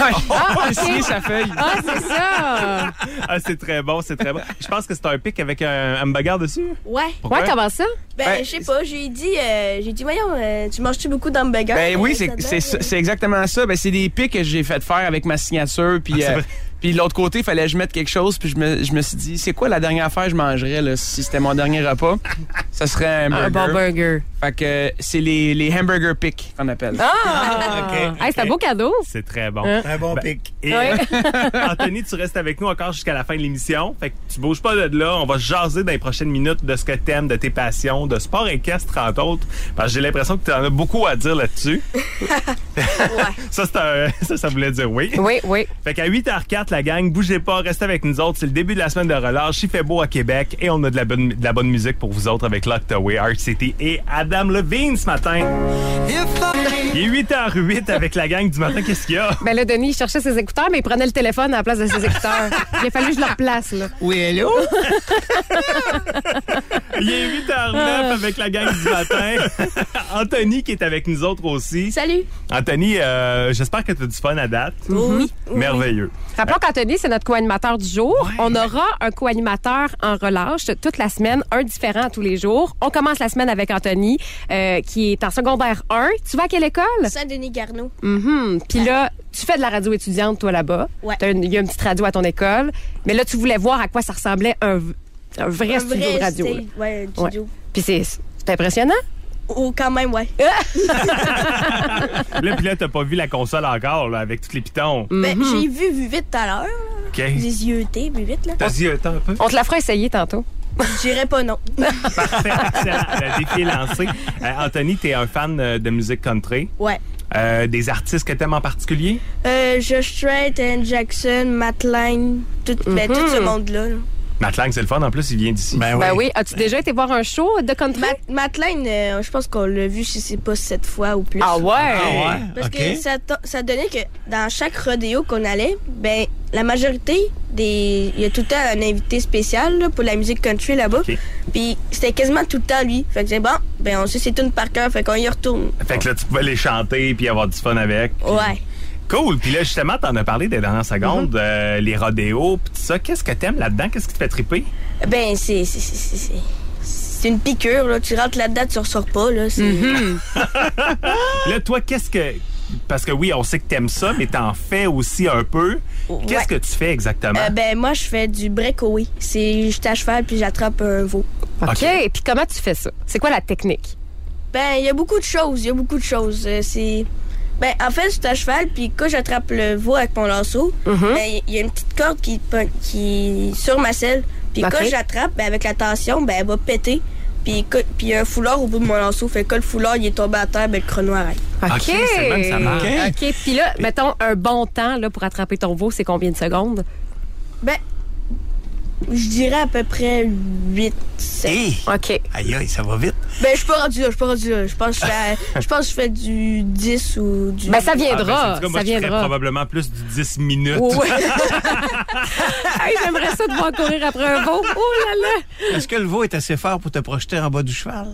[SPEAKER 9] Ah, signé sa feuille.
[SPEAKER 5] Ah, c'est ça.
[SPEAKER 6] Ah, c'est très bon, c'est très bon. Je pense que c'est un pic avec un hamburger dessus.
[SPEAKER 8] Ouais.
[SPEAKER 6] Pourquoi?
[SPEAKER 5] Ouais, comment ça?
[SPEAKER 8] Ben,
[SPEAKER 9] Ben,
[SPEAKER 8] je sais pas. J'ai dit, euh, j'ai dit, voyons, euh, tu manges-tu beaucoup d'hamburgers?
[SPEAKER 9] Ben oui,
[SPEAKER 8] Ça
[SPEAKER 9] c'est-
[SPEAKER 8] donne,
[SPEAKER 9] c'est
[SPEAKER 8] euh,
[SPEAKER 6] Ah,
[SPEAKER 9] c'est exactement ça. Ben, c'est des pics que j'ai fait faire avec ma signature. Puis, euh, puis Puis de l'autre côté, il fallait que je mette quelque chose. Puis je me, je me suis dit, c'est quoi la dernière affaire que je mangerais là, si c'était mon dernier repas? Ça serait un burger.
[SPEAKER 5] Un bon burger.
[SPEAKER 9] Fait que euh, c'est les, les hamburger pick qu'on appelle.
[SPEAKER 5] Ah!
[SPEAKER 6] Ok,
[SPEAKER 5] Hey, c'est
[SPEAKER 6] ok.
[SPEAKER 5] un beau cadeau.
[SPEAKER 6] C'est très bon.
[SPEAKER 5] Hein?
[SPEAKER 4] Un bon pic.
[SPEAKER 6] Et Anthony, tu restes avec nous encore jusqu'à la fin de l'émission. Fait que tu bouges pas de là. On va jaser dans les prochaines minutes de ce que t'aimes, de tes passions, de sport équestre, entre autres. Parce que j'ai l'impression que tu en as beaucoup à dire là-dessus. ça, c'est un- ça, ça voulait dire oui.
[SPEAKER 5] Oui, oui.
[SPEAKER 6] Fait qu'à 8h04, la gang, bougez pas, restez avec nous autres. C'est le début de la semaine de relâche. Il fait beau à Québec et on a de la bonne, de la bonne musique pour vous autres avec Locked Away, Art City et Adam Levine ce matin. Il est 8h08 avec la gang du matin. Qu'est-ce qu'il y a?
[SPEAKER 5] Ben là, Denis, il cherchait ses écouteurs, mais il prenait le téléphone à la place de ses écouteurs. il a fallu que je le replace, là.
[SPEAKER 4] Oui, hello?
[SPEAKER 6] Il est 8h09 avec la gang du matin. Anthony qui est avec nous autres aussi.
[SPEAKER 8] Salut!
[SPEAKER 6] Anthony, euh, j'espère que tu as du fun à date.
[SPEAKER 8] Oui.
[SPEAKER 6] Merveilleux.
[SPEAKER 5] Rappelons qu'Anthony, c'est notre co-animateur du jour. On aura un co-animateur en relâche toute la semaine, un différent tous les jours. On commence la semaine avec Anthony, euh, qui est en secondaire 1. Tu vas à quelle école?
[SPEAKER 8] Saint-Denis Garneau.
[SPEAKER 5] Mhm. Puis là, tu fais de la radio étudiante, toi, là-bas.
[SPEAKER 8] Ouais.
[SPEAKER 5] T'as une- Il y a une petite radio à ton école. Mais là, tu voulais voir à quoi ça ressemblait un, v- un vrai
[SPEAKER 8] Un
[SPEAKER 5] studio de radio.
[SPEAKER 8] sti- Ouais,
[SPEAKER 5] là.
[SPEAKER 8] studio.
[SPEAKER 5] Ouais. Puis c'est c'est impressionnant.
[SPEAKER 8] Oh, quand même, ouais.
[SPEAKER 6] Là, puis là, t'as pas vu la console encore là, avec tous les pitons.
[SPEAKER 8] Ben,
[SPEAKER 5] Mm-hmm.
[SPEAKER 8] j'ai vu, vu vite tout à l'heure. là.
[SPEAKER 6] OK.
[SPEAKER 8] Des yeux thé, vu vite, là.
[SPEAKER 6] T'as dit euh, attends un peu.
[SPEAKER 5] On te la fera essayer tantôt.
[SPEAKER 8] J'irai pas non.
[SPEAKER 6] Parfait, excellent. Le défi est lancé. Euh, Anthony, t'es un fan euh, de musique country.
[SPEAKER 8] Ouais.
[SPEAKER 6] Euh, des artistes que t'aimes en particulier?
[SPEAKER 8] Euh, Josh Strait, Anne Jackson, Matt Lange, tout, ben, tout
[SPEAKER 5] Mm-hmm.
[SPEAKER 8] ce monde-là. là.
[SPEAKER 6] Matt Lang, c'est le fun. En plus, il vient d'ici.
[SPEAKER 4] Ben oui.
[SPEAKER 5] Ben oui. As-tu déjà été voir un show de country?
[SPEAKER 8] Matt, Matt Lange, euh, je pense qu'on l'a vu, je sais pas, sept fois ou plus.
[SPEAKER 5] Ah ouais?
[SPEAKER 4] Ah ouais?
[SPEAKER 8] Parce
[SPEAKER 4] OK.
[SPEAKER 8] que ça, to- ça donnait que dans chaque rodéo qu'on allait, ben la majorité des. Il y a tout le temps un invité spécial là, pour la musique country là-bas.
[SPEAKER 6] OK.
[SPEAKER 8] Puis c'était quasiment tout le temps lui. Fait que j'ai dit, bon, ben on sait c'est une par cœur, fait qu'on y retourne.
[SPEAKER 6] Fait que là, tu pouvais les chanter puis avoir du fun avec.
[SPEAKER 8] Ouais.
[SPEAKER 6] Cool. Puis là, justement, t'en as parlé des dernières secondes,
[SPEAKER 5] Mm-hmm.
[SPEAKER 6] euh, les rodéos, puis tout ça. Qu'est-ce que t'aimes là-dedans? Qu'est-ce qui te fait triper?
[SPEAKER 8] Ben c'est. c'est- c'est- c'est- c'est- C'est une piqûre, là. Tu rentres là-dedans, tu ressors pas, là. C'est-
[SPEAKER 6] Là, toi, qu'est-ce que... Parce que oui, on sait que t'aimes ça, mais t'en fais aussi un peu. Qu'est-ce que tu fais exactement?
[SPEAKER 8] Euh, ben moi, je fais du breakaway. C'est juste à cheval, puis j'attrape un veau.
[SPEAKER 6] Ah
[SPEAKER 5] OK. Puis comment tu fais ça? C'est quoi la technique?
[SPEAKER 8] Ben, il y a beaucoup de choses, il y a beaucoup de choses. Euh, c'est. Ben, en fait, c'est à cheval, puis quand j'attrape le veau avec mon lanceau,
[SPEAKER 5] Mhm.
[SPEAKER 8] ben, il y a une petite corde qui, pon- qui est sur ma selle. Puis
[SPEAKER 5] Ok.
[SPEAKER 8] quand j'attrape, ben, avec la tension, ben, elle va péter. Puis co- puis il y a un foulard au bout de mon lanceau. Fait que quand le foulard il est tombé à terre, ben, le chrono arrête.
[SPEAKER 6] OK, c'est même ça marche.
[SPEAKER 5] OK. Puis là, mettons, un bon temps là, pour attraper ton veau, c'est combien de secondes?
[SPEAKER 8] Ben, je dirais à peu près 8, 7.
[SPEAKER 4] Hey!
[SPEAKER 5] OK.
[SPEAKER 4] Aïe, aïe, ça va vite.
[SPEAKER 8] Ben, je suis pas rendu là, je suis pas rendu là. Je pense que je fais- je pense que je fais du 10 ou du.
[SPEAKER 5] Ben, ça
[SPEAKER 6] Ah, ben,
[SPEAKER 5] viendra.
[SPEAKER 6] c'est- en tout cas, moi,
[SPEAKER 5] ça
[SPEAKER 6] je ferais
[SPEAKER 5] viendra.
[SPEAKER 6] probablement plus du 10 minutes.
[SPEAKER 5] Oh, ouais. Hey, J'aimerais ça te voir courir après un veau. Oh là là!
[SPEAKER 4] Est-ce que le veau est assez fort pour te projeter en bas du cheval?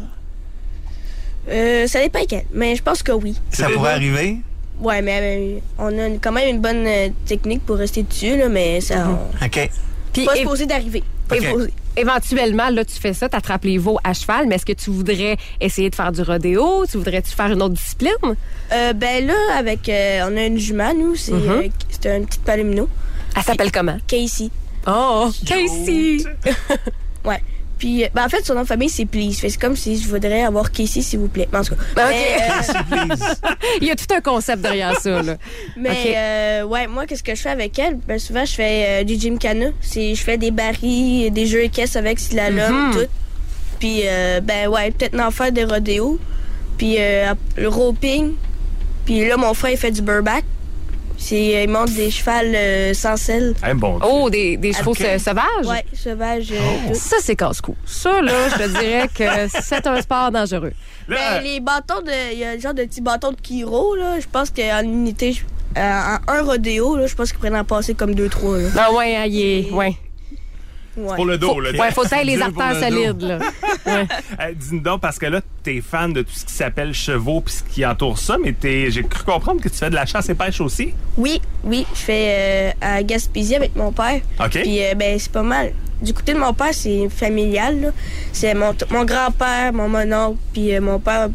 [SPEAKER 8] Euh, ça dépend quel, mais je pense que oui.
[SPEAKER 4] Ça pourrait arriver?
[SPEAKER 8] Ouais, mais euh, on a une- quand même une bonne euh, technique pour rester dessus, là, mais ça. on-
[SPEAKER 4] OK.
[SPEAKER 5] Puis
[SPEAKER 8] Pas
[SPEAKER 5] é-
[SPEAKER 8] supposé d'arriver. Pas
[SPEAKER 4] Ok.
[SPEAKER 8] supposé.
[SPEAKER 5] éventuellement, là, tu fais ça, t'attrapes les veaux à cheval, mais est-ce que tu voudrais essayer de faire du rodéo? Tu voudrais-tu faire une autre discipline?
[SPEAKER 8] Euh, ben là, avec. euh, on a une jument, nous. C'est euh, c'est une petite palomino.
[SPEAKER 5] Elle s'appelle comment?
[SPEAKER 8] Casey.
[SPEAKER 5] Oh, Casey!
[SPEAKER 8] Ouais. Puis, euh, ben, en fait, son nom de famille, c'est Please. Fait que c'est comme si je voudrais avoir Casey, s'il vous plaît. Mais en tout cas. Mais, euh,
[SPEAKER 5] Il y a tout un concept derrière ça, là.
[SPEAKER 8] mais,
[SPEAKER 5] Ok.
[SPEAKER 8] euh, ouais, moi, qu'est-ce que je fais avec elle? Ben, souvent, je fais euh, du gymkhana. C'est, je fais des barils, des jeux équestres avec slalom, tout. Puis, euh, ben, ouais, peut-être en faire des rodéos. Puis, euh, le roping. Puis là, mon frère, il fait du burback. C'est, euh, il monte des chevals euh, sans selle.
[SPEAKER 6] Eh, bon,
[SPEAKER 5] Oh, des, des chevaux se- sauvages?
[SPEAKER 8] Ouais, sauvage. euh, tout.
[SPEAKER 5] Ça, c'est casse-cou. Ça, là, je te dirais que c'est un sport dangereux.
[SPEAKER 6] là,
[SPEAKER 8] Ben, les bâtons de. Il y a le genre de petits bâtons de Kiro, là. Je pense qu'en unité, je- euh, en un rodéo, là, je pense qu'ils prennent en passer comme deux, trois, là.
[SPEAKER 5] Ah ouais, hein, il est- ouais.
[SPEAKER 8] Ouais.
[SPEAKER 6] pour le dos, là.
[SPEAKER 5] Ouais, faut tailler les
[SPEAKER 4] Dieu pour
[SPEAKER 5] artères
[SPEAKER 4] le dos.
[SPEAKER 5] solides, là.
[SPEAKER 6] Euh, Dis-nous donc, parce que là, t'es fan de tout ce qui s'appelle chevaux puis ce qui entoure ça, mais t'es- j'ai cru comprendre que tu fais de la chasse et pêche aussi.
[SPEAKER 8] Oui, oui, je fais euh, à Gaspésie avec mon père.
[SPEAKER 6] OK.
[SPEAKER 8] Puis euh, ben c'est pas mal. Du côté de mon père, c'est familial. là. C'est mon, t- mon grand-père, mon mononcle, puis euh, mon père,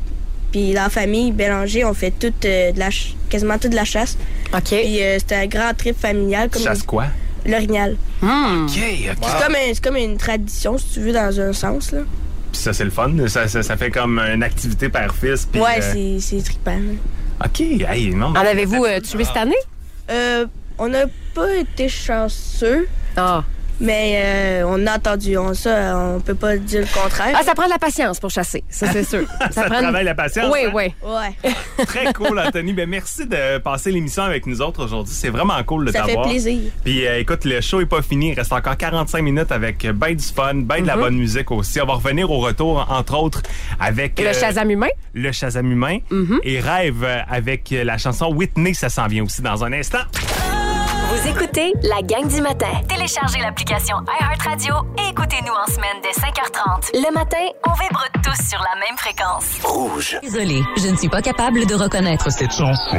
[SPEAKER 8] puis la famille Bélanger, on fait toute euh, de la ch- quasiment toute de la chasse.
[SPEAKER 5] OK.
[SPEAKER 8] Puis euh, c'est un grand trip familial comme
[SPEAKER 6] Tu chasses quoi?
[SPEAKER 8] l'orignal.
[SPEAKER 5] Mm.
[SPEAKER 6] OK, OK.
[SPEAKER 8] C'est comme, un- c'est comme une tradition, si tu veux, dans un sens. Là.
[SPEAKER 6] Puis ça, c'est le fun. Ça, ça, ça fait comme une activité père-fils. puis,
[SPEAKER 8] ouais,
[SPEAKER 6] euh,
[SPEAKER 8] c'est- c'est trippant. là.
[SPEAKER 6] OK, hey, non.
[SPEAKER 5] En avez-vous euh, tué cette année?
[SPEAKER 8] Euh, on n'a pas été chanceux,
[SPEAKER 5] Ah.
[SPEAKER 8] mais euh, on a entendu on, ça, on peut pas dire le contraire.
[SPEAKER 5] Ah, ça prend de la patience pour chasser, ça c'est sûr.
[SPEAKER 6] Ça
[SPEAKER 5] prend une-
[SPEAKER 6] travaille la patience.
[SPEAKER 5] Oui,
[SPEAKER 6] hein?
[SPEAKER 5] oui.
[SPEAKER 8] Ouais,
[SPEAKER 6] Très cool, Anthony. Ben, merci de passer l'émission avec nous autres aujourd'hui. C'est vraiment cool de
[SPEAKER 8] ça fait
[SPEAKER 6] t'avoir.
[SPEAKER 8] plaisir.
[SPEAKER 6] Puis euh, écoute, le show est pas fini. Il reste encore 45 minutes avec euh, ben du fun, ben
[SPEAKER 8] Mm-hmm.
[SPEAKER 6] de la bonne musique aussi. On va revenir au retour, entre autres, avec
[SPEAKER 5] Le
[SPEAKER 6] euh,
[SPEAKER 5] Shazam humain?
[SPEAKER 6] le Shazam humain
[SPEAKER 8] Mm-hmm.
[SPEAKER 6] et Rêve euh, avec euh, la chanson Whitney. Ça s'en vient aussi dans un instant.
[SPEAKER 2] Vous écoutez la gang du matin.
[SPEAKER 3] Téléchargez l'application iHeartRadio et écoutez-nous en semaine dès 5h30.
[SPEAKER 2] Le matin,
[SPEAKER 3] On vibre tous sur la même fréquence.
[SPEAKER 11] Désolée, je ne suis pas capable de reconnaître cette chanson.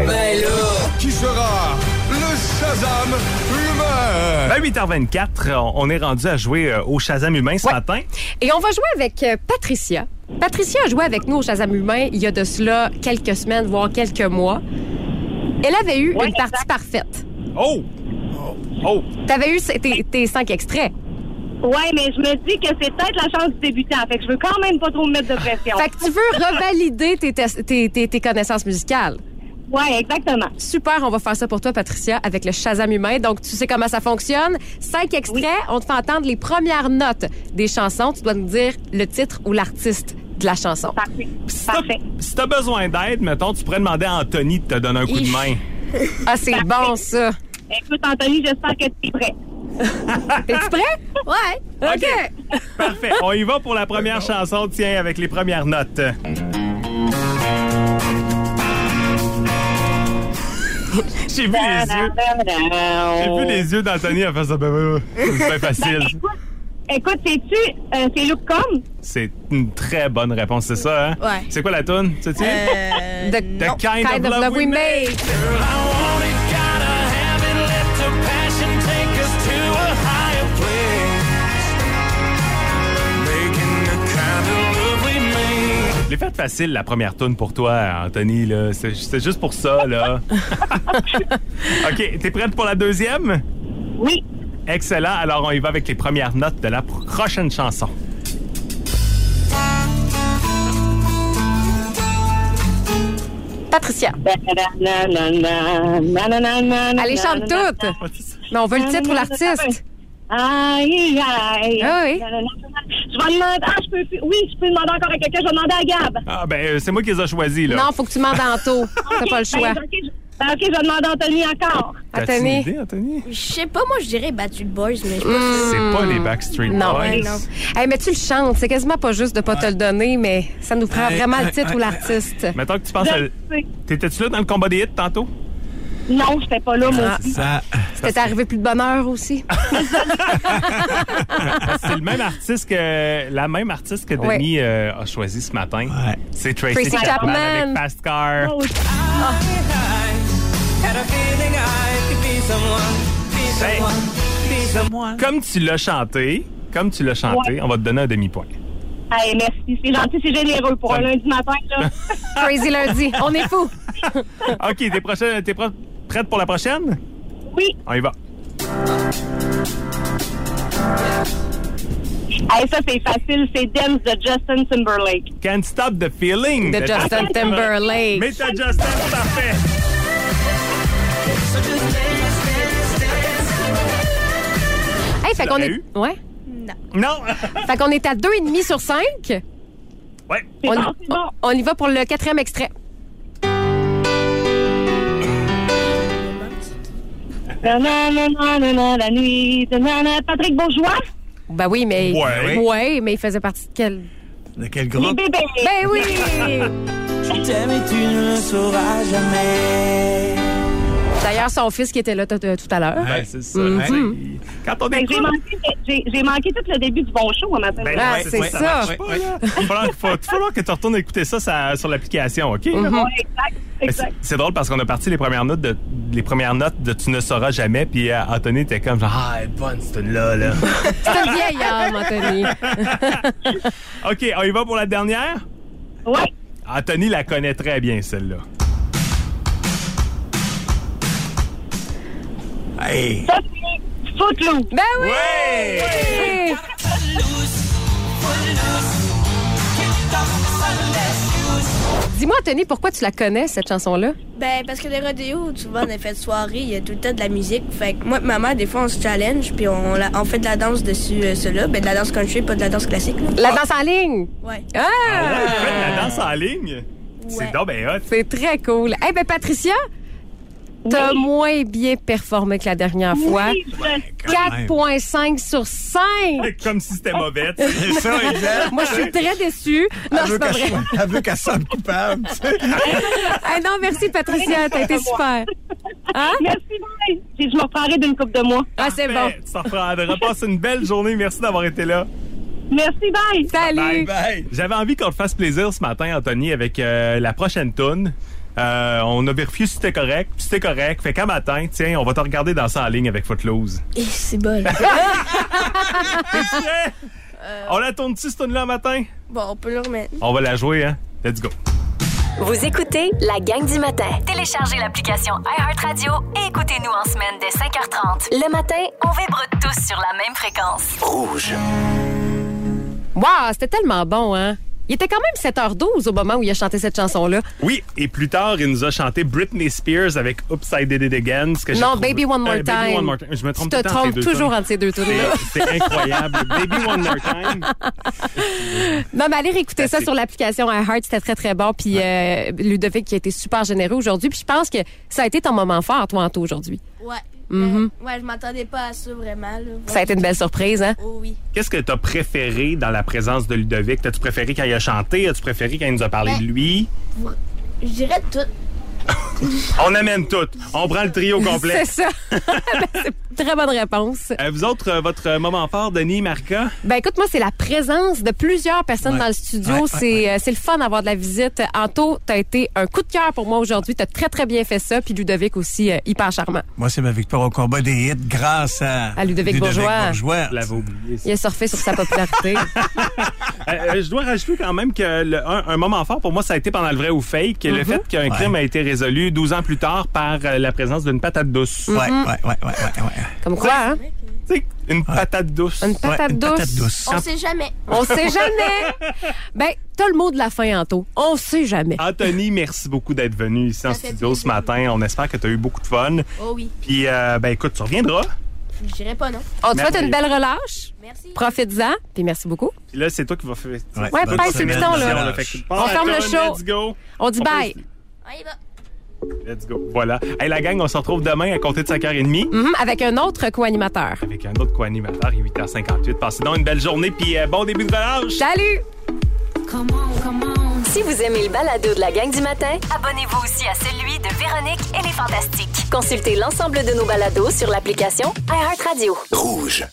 [SPEAKER 10] Qui sera le Shazam humain?
[SPEAKER 6] À 8h24, on- on est rendu à jouer euh, au Shazam humain ce
[SPEAKER 5] Ouais.
[SPEAKER 6] matin.
[SPEAKER 5] Et on va jouer avec euh, Patricia. Patricia a joué avec nous au Shazam humain il y a de cela quelques semaines, voire quelques mois. Elle avait eu
[SPEAKER 7] Ouais,
[SPEAKER 5] une partie
[SPEAKER 7] exact.
[SPEAKER 5] parfaite.
[SPEAKER 6] Oh! Oh!
[SPEAKER 5] T'avais eu c- tes, tes cinq extraits.
[SPEAKER 7] Ouais, mais je me dis que c'est peut-être la chance du débutant. Fait que je veux quand même pas trop me mettre de pression.
[SPEAKER 5] Fait que tu veux revalider tes, tes- tes- tes- tes connaissances musicales.
[SPEAKER 7] Ouais, exactement.
[SPEAKER 5] Super, on va faire ça pour toi, Patricia, avec le Shazam humain. Donc, tu sais comment ça fonctionne. Cinq extraits, on te fait entendre les premières notes des chansons. Tu dois nous dire le titre ou l'artiste de la chanson.
[SPEAKER 7] Parfait.
[SPEAKER 6] Si t'as-
[SPEAKER 7] Parfait.
[SPEAKER 6] Si t'as besoin d'aide, mettons, tu pourrais demander à Anthony de te donner un coup de
[SPEAKER 5] Ish.
[SPEAKER 6] main.
[SPEAKER 5] Ah, c'est bon, ça.
[SPEAKER 7] Écoute, Anthony, j'espère que tu es prêt.
[SPEAKER 5] Es-tu prêt? Ouais. OK.
[SPEAKER 6] Parfait. On y va pour la première chanson, tiens, avec les premières notes. J'ai vu les yeux. J'ai vu les yeux d'Anthony à faire ça. ben, ben, ben, C'est bien facile.
[SPEAKER 7] Écoute, écoute, c'est-tu, euh, c'est Look Comme?
[SPEAKER 6] C'est une très bonne réponse, c'est ça, hein?
[SPEAKER 8] Ouais.
[SPEAKER 6] C'est quoi la toune? Tu sais-tu?
[SPEAKER 8] Euh,
[SPEAKER 5] The,
[SPEAKER 6] The kind,
[SPEAKER 5] kind of love we made.
[SPEAKER 6] Je l'ai faite facile, la première toune pour toi, Anthony. là. C'est c'est juste pour ça, là. OK, t'es prête pour la deuxième?
[SPEAKER 7] Oui.
[SPEAKER 6] Excellent. Alors, on y va avec les premières notes de la prochaine chanson.
[SPEAKER 5] Patricia. Allez,
[SPEAKER 7] Allez,
[SPEAKER 5] chante toutes. Mais on veut le titre ou l'artiste.
[SPEAKER 7] Mmh, Aïe, aïe.
[SPEAKER 5] Ah oui.
[SPEAKER 7] Je vais demander. Ah, je peux plus. Oui, je peux demander encore à quelqu'un. Je vais demander à Gab.
[SPEAKER 6] Ah, ben, euh, c'est moi qui les ai choisis, là.
[SPEAKER 5] Non, faut que tu mandes en taux. T'as
[SPEAKER 7] Ok,
[SPEAKER 5] pas le
[SPEAKER 7] ben,
[SPEAKER 5] choix.
[SPEAKER 7] ok, je- ben, ok, je vais demander à Anthony encore.
[SPEAKER 6] T'as-tu une
[SPEAKER 5] Anthony.
[SPEAKER 6] idée, Anthony?
[SPEAKER 8] Je sais pas, moi je dirais Battu Boys, mais je pense
[SPEAKER 6] C'est pas les Backstreet
[SPEAKER 5] Non.
[SPEAKER 6] Boys.
[SPEAKER 8] Ouais, non.
[SPEAKER 5] Hey, mais tu le chantes. C'est quasiment pas juste de pas te le donner, mais ça nous prend
[SPEAKER 4] Hey,
[SPEAKER 5] vraiment
[SPEAKER 4] hey,
[SPEAKER 5] le titre
[SPEAKER 4] hey,
[SPEAKER 5] ou
[SPEAKER 4] hey,
[SPEAKER 5] l'artiste.
[SPEAKER 6] Mettons que tu penses
[SPEAKER 7] Je
[SPEAKER 6] à...
[SPEAKER 7] le sais.
[SPEAKER 6] T'étais-tu là dans le combat des hits tantôt?
[SPEAKER 7] Non, j'étais pas là, moi aussi.
[SPEAKER 4] Ça,
[SPEAKER 5] C'était Ah. arrivé plus de bonheur aussi.
[SPEAKER 6] C'est le même artiste que... La même artiste que
[SPEAKER 5] Ouais.
[SPEAKER 6] Denis euh, a choisi ce matin.
[SPEAKER 4] Ouais.
[SPEAKER 6] C'est Tracy,
[SPEAKER 5] Tracy
[SPEAKER 6] Chapman,
[SPEAKER 5] Chapman.
[SPEAKER 6] avec Fast Car.
[SPEAKER 5] Ah.
[SPEAKER 7] Oh,
[SPEAKER 6] Hey, comme tu l'as chanté, comme tu l'as chanté,
[SPEAKER 7] Ouais.
[SPEAKER 6] on va te donner un demi-point.
[SPEAKER 7] Hey, merci. C'est gentil, c'est généreux pour un
[SPEAKER 6] Ça-
[SPEAKER 7] lundi matin, là.
[SPEAKER 5] Crazy lundi. On est fous.
[SPEAKER 6] OK, t'es, prochaine, t'es pro- prête pour la prochaine?
[SPEAKER 7] Oui.
[SPEAKER 6] On y va.
[SPEAKER 7] Hey, ça, c'est facile. C'est Dance de Justin Timberlake.
[SPEAKER 6] Can't Stop the Feeling
[SPEAKER 5] De Justin Timberlake.
[SPEAKER 6] Mais t'as Justin, c'est parfait.
[SPEAKER 5] Hey, fait qu'on
[SPEAKER 6] l'aurais
[SPEAKER 5] est.
[SPEAKER 6] eu?
[SPEAKER 5] Ouais.
[SPEAKER 6] Non.
[SPEAKER 5] Fait qu'on est à deux et demi sur cinq.
[SPEAKER 6] ouais.
[SPEAKER 7] C'est
[SPEAKER 5] On,
[SPEAKER 7] bon, c'est bon.
[SPEAKER 5] on y va pour le quatrième extrait.
[SPEAKER 7] Na, na, na, na, na, na, la nuit. Na, na, na. Patrick Bourgeois?
[SPEAKER 5] Ben oui, mais.
[SPEAKER 6] Ouais.
[SPEAKER 5] Ouais, mais il faisait partie de quel.
[SPEAKER 4] de quel
[SPEAKER 7] Les
[SPEAKER 4] groupe?
[SPEAKER 7] bébés.
[SPEAKER 5] Ben oui!
[SPEAKER 1] T'aimes et tu ne le sauras jamais.
[SPEAKER 5] D'ailleurs, son fils qui était là tout tout à l'heure.
[SPEAKER 6] Ben, c'est ça.
[SPEAKER 5] Mhm.
[SPEAKER 6] tu sais, Quand on
[SPEAKER 7] Ben,
[SPEAKER 6] est
[SPEAKER 7] j'ai manqué, j'ai- j'ai manqué tout le début du bon show, hein, un matin.
[SPEAKER 6] Ben,
[SPEAKER 5] Ah,
[SPEAKER 6] ouais,
[SPEAKER 5] c'est
[SPEAKER 6] ouais,
[SPEAKER 5] ça.
[SPEAKER 6] marche pas, là. Il va falloir- faut- va falloir que tu retournes écouter ça, ça- sur l'application, OK?
[SPEAKER 5] Mhm.
[SPEAKER 6] là?
[SPEAKER 7] Ouais, exact,
[SPEAKER 6] Ben, c'est-
[SPEAKER 7] exact.
[SPEAKER 6] C'est drôle parce qu'on a parti les premières notes de les premières notes de Tu ne sauras jamais puis euh, Anthony était comme genre ah elle est bonne cette là là.
[SPEAKER 5] C'est un vieil homme, Anthony.
[SPEAKER 6] OK, on y va pour la dernière.
[SPEAKER 7] Ouais.
[SPEAKER 6] Anthony la connaît très bien celle-là.
[SPEAKER 4] Hey,
[SPEAKER 7] Ça, c'est Footloose.
[SPEAKER 5] Ben oui!
[SPEAKER 6] Ouais!
[SPEAKER 5] Oui! Dis-moi, Anthony, pourquoi tu la connais, cette chanson-là?
[SPEAKER 8] Ben, parce que les rodéos, souvent, en effet de soirée, il y a tout le temps de la musique. Fait que moi et ma mère, des fois, on se challenge, puis on, la- on fait de la danse dessus, euh, cela. Ben, de la danse country, pas de la danse classique,
[SPEAKER 5] La
[SPEAKER 8] là.
[SPEAKER 5] danse en ligne!
[SPEAKER 8] Ouais.
[SPEAKER 6] Ouais,
[SPEAKER 5] Ah!
[SPEAKER 6] vous faites de la danse en ligne? C'est donc ben hot.
[SPEAKER 5] C'est très cool. Eh ben Patricia, t'as moins bien performé que la dernière fois.
[SPEAKER 7] Oui, je-
[SPEAKER 5] 4.5 sur 5!
[SPEAKER 6] Comme si c'était mauvais.
[SPEAKER 4] C'est ça, exact.
[SPEAKER 5] Moi, je suis très déçue.
[SPEAKER 4] Elle
[SPEAKER 5] Non, c'est
[SPEAKER 4] veut
[SPEAKER 5] pas
[SPEAKER 4] qu'elle
[SPEAKER 5] vrai.
[SPEAKER 4] soit- elle veut qu'elle semble coupable. tu sais.
[SPEAKER 5] Ah non, merci Patricia, t'as été super. Hein?
[SPEAKER 7] Merci, bye. Puis Je me reparlerai d'une coupe de mois.
[SPEAKER 5] Ah, c'est bon.
[SPEAKER 6] Tu t'en prendras. Passe une belle journée. Merci d'avoir été là.
[SPEAKER 7] Merci, bye.
[SPEAKER 5] Salut!
[SPEAKER 4] Bye.
[SPEAKER 6] J'avais envie qu'on te fasse plaisir ce matin, Anthony, avec euh, la prochaine toune. Euh, on a vérifié si c'était correct. Puis c'était correct. Fait qu'à matin, tiens, on va te regarder danser en ligne avec Footloose.
[SPEAKER 8] Et c'est bol.
[SPEAKER 5] Ah!
[SPEAKER 6] Tiens! Hein?
[SPEAKER 5] Euh.
[SPEAKER 6] On la tourne-tu, cette toune-là, matin?
[SPEAKER 8] bon, on peut le remettre.
[SPEAKER 6] On va la jouer, hein? Let's go.
[SPEAKER 2] Vous écoutez la gang du matin.
[SPEAKER 3] Téléchargez l'application iHeartRadio et écoutez-nous en semaine dès 5h30.
[SPEAKER 2] Le matin,
[SPEAKER 3] On vibre tous sur la même fréquence.
[SPEAKER 5] Wow, c'était tellement bon, hein? Il était quand même 7h12 au moment où il a chanté cette chanson-là.
[SPEAKER 6] Oui, et plus tard, il nous a chanté Britney Spears avec Upside Did It Again. ce que j'ai
[SPEAKER 5] Non,
[SPEAKER 6] trouvé-
[SPEAKER 5] Baby One More
[SPEAKER 6] Euh, Baby
[SPEAKER 5] Time.
[SPEAKER 6] One More Time. Je me
[SPEAKER 5] Tu
[SPEAKER 6] trompe
[SPEAKER 5] te
[SPEAKER 6] tout le temps entre les
[SPEAKER 5] trompes
[SPEAKER 6] deux
[SPEAKER 5] toujours
[SPEAKER 6] tunes.
[SPEAKER 5] entre ces deux tunes-là.
[SPEAKER 6] C'est- C'est incroyable. Baby One More Time.
[SPEAKER 5] Non, mais allez réécouter ça
[SPEAKER 6] Assez.
[SPEAKER 5] sur l'application iHeart, c'était très, très bon. Puis euh, Ludovic qui a été super généreux aujourd'hui. Puis je pense que ça a été ton moment fort, toi, Anto, aujourd'hui.
[SPEAKER 8] Ouais.
[SPEAKER 5] Mhm.
[SPEAKER 8] Euh, ouais, je m'attendais pas à ça vraiment, là.
[SPEAKER 5] Ça a été une belle surprise, hein?
[SPEAKER 8] Oh oui.
[SPEAKER 6] Qu'est-ce que t'as préféré dans la présence de Ludovic? T'as-tu préféré quand il a chanté? As-tu préféré quand il nous a parlé
[SPEAKER 8] Ben-
[SPEAKER 6] de lui?
[SPEAKER 8] Je dirais tout.
[SPEAKER 6] On amène tout. On prend le trio complet.
[SPEAKER 5] C'est ça. Ben, c'est une très bonne réponse.
[SPEAKER 6] Euh, vous autres, euh, votre euh, moment fort, Denis, Marca?
[SPEAKER 5] Ben écoute, moi, c'est la présence de plusieurs personnes
[SPEAKER 4] Ouais.
[SPEAKER 5] dans le studio.
[SPEAKER 4] Ouais, ouais,
[SPEAKER 5] c'est euh, c'est le fun d'avoir de la visite. Anto, t'as été un coup de cœur pour moi aujourd'hui. T'as très, très bien fait ça. Puis Ludovic aussi, euh, hyper charmant.
[SPEAKER 4] Moi, c'est ma victoire au combat des hits grâce à,
[SPEAKER 5] À Ludovic Bourgeois.
[SPEAKER 6] Je l'avais oublié. ça.
[SPEAKER 5] Il a surfé sur sa popularité.
[SPEAKER 6] Euh, euh, je dois rajouter quand même que le- un, un moment fort pour moi, ça a été pendant le vrai ou fake, le fait qu'un crime a été résolu 12 ans plus tard par euh, la présence d'une patate douce.
[SPEAKER 4] Ouais, ouais,
[SPEAKER 5] Mm-hmm.
[SPEAKER 4] ouais, ouais, ouais, ouais.
[SPEAKER 5] Comme quoi, hein?
[SPEAKER 6] Tu sais, une patate douce.
[SPEAKER 5] Une patate
[SPEAKER 4] Ouais, une
[SPEAKER 5] douce.
[SPEAKER 4] patate douce.
[SPEAKER 8] On sait jamais.
[SPEAKER 5] On sait jamais. Ben, t'as le mot de la fin, Anto. On sait jamais.
[SPEAKER 6] Anthony, merci beaucoup d'être venu ici en
[SPEAKER 8] fait
[SPEAKER 6] studio ce matin. On espère que tu as eu beaucoup de fun.
[SPEAKER 8] Oh oui.
[SPEAKER 6] Puis, euh, ben écoute, tu reviendras.
[SPEAKER 8] Je dirais pas non.
[SPEAKER 4] Ah,
[SPEAKER 5] On te souhaite
[SPEAKER 6] Merveilleux.
[SPEAKER 5] une belle relâche.
[SPEAKER 8] Merci.
[SPEAKER 5] Profites-en. Puis merci beaucoup.
[SPEAKER 6] Puis là, c'est toi qui vas faire.
[SPEAKER 5] Ouais,
[SPEAKER 4] bonne
[SPEAKER 5] pèse sur le
[SPEAKER 4] semaine,
[SPEAKER 5] piton, là.
[SPEAKER 4] bonne
[SPEAKER 6] On
[SPEAKER 4] relâche.
[SPEAKER 6] fait que-
[SPEAKER 5] On ferme le show.
[SPEAKER 6] Let's go.
[SPEAKER 5] On dit
[SPEAKER 6] On
[SPEAKER 5] bye.
[SPEAKER 6] peut-
[SPEAKER 8] On y va.
[SPEAKER 6] Let's go. Voilà. Hey, la gang, on se retrouve demain à compter de 5h30
[SPEAKER 5] Mhm, avec un autre co-animateur.
[SPEAKER 6] avec un autre co-animateur, il est 8h58. Passez donc une belle journée, puis euh, bon début de relâche.
[SPEAKER 5] Salut!
[SPEAKER 2] si vous aimez le balado de la gang du matin,
[SPEAKER 3] Abonnez-vous aussi à celui de Véronique et les Fantastiques.
[SPEAKER 2] consultez l'ensemble de nos balados sur l'application iHeartRadio.
[SPEAKER 10] Rouge.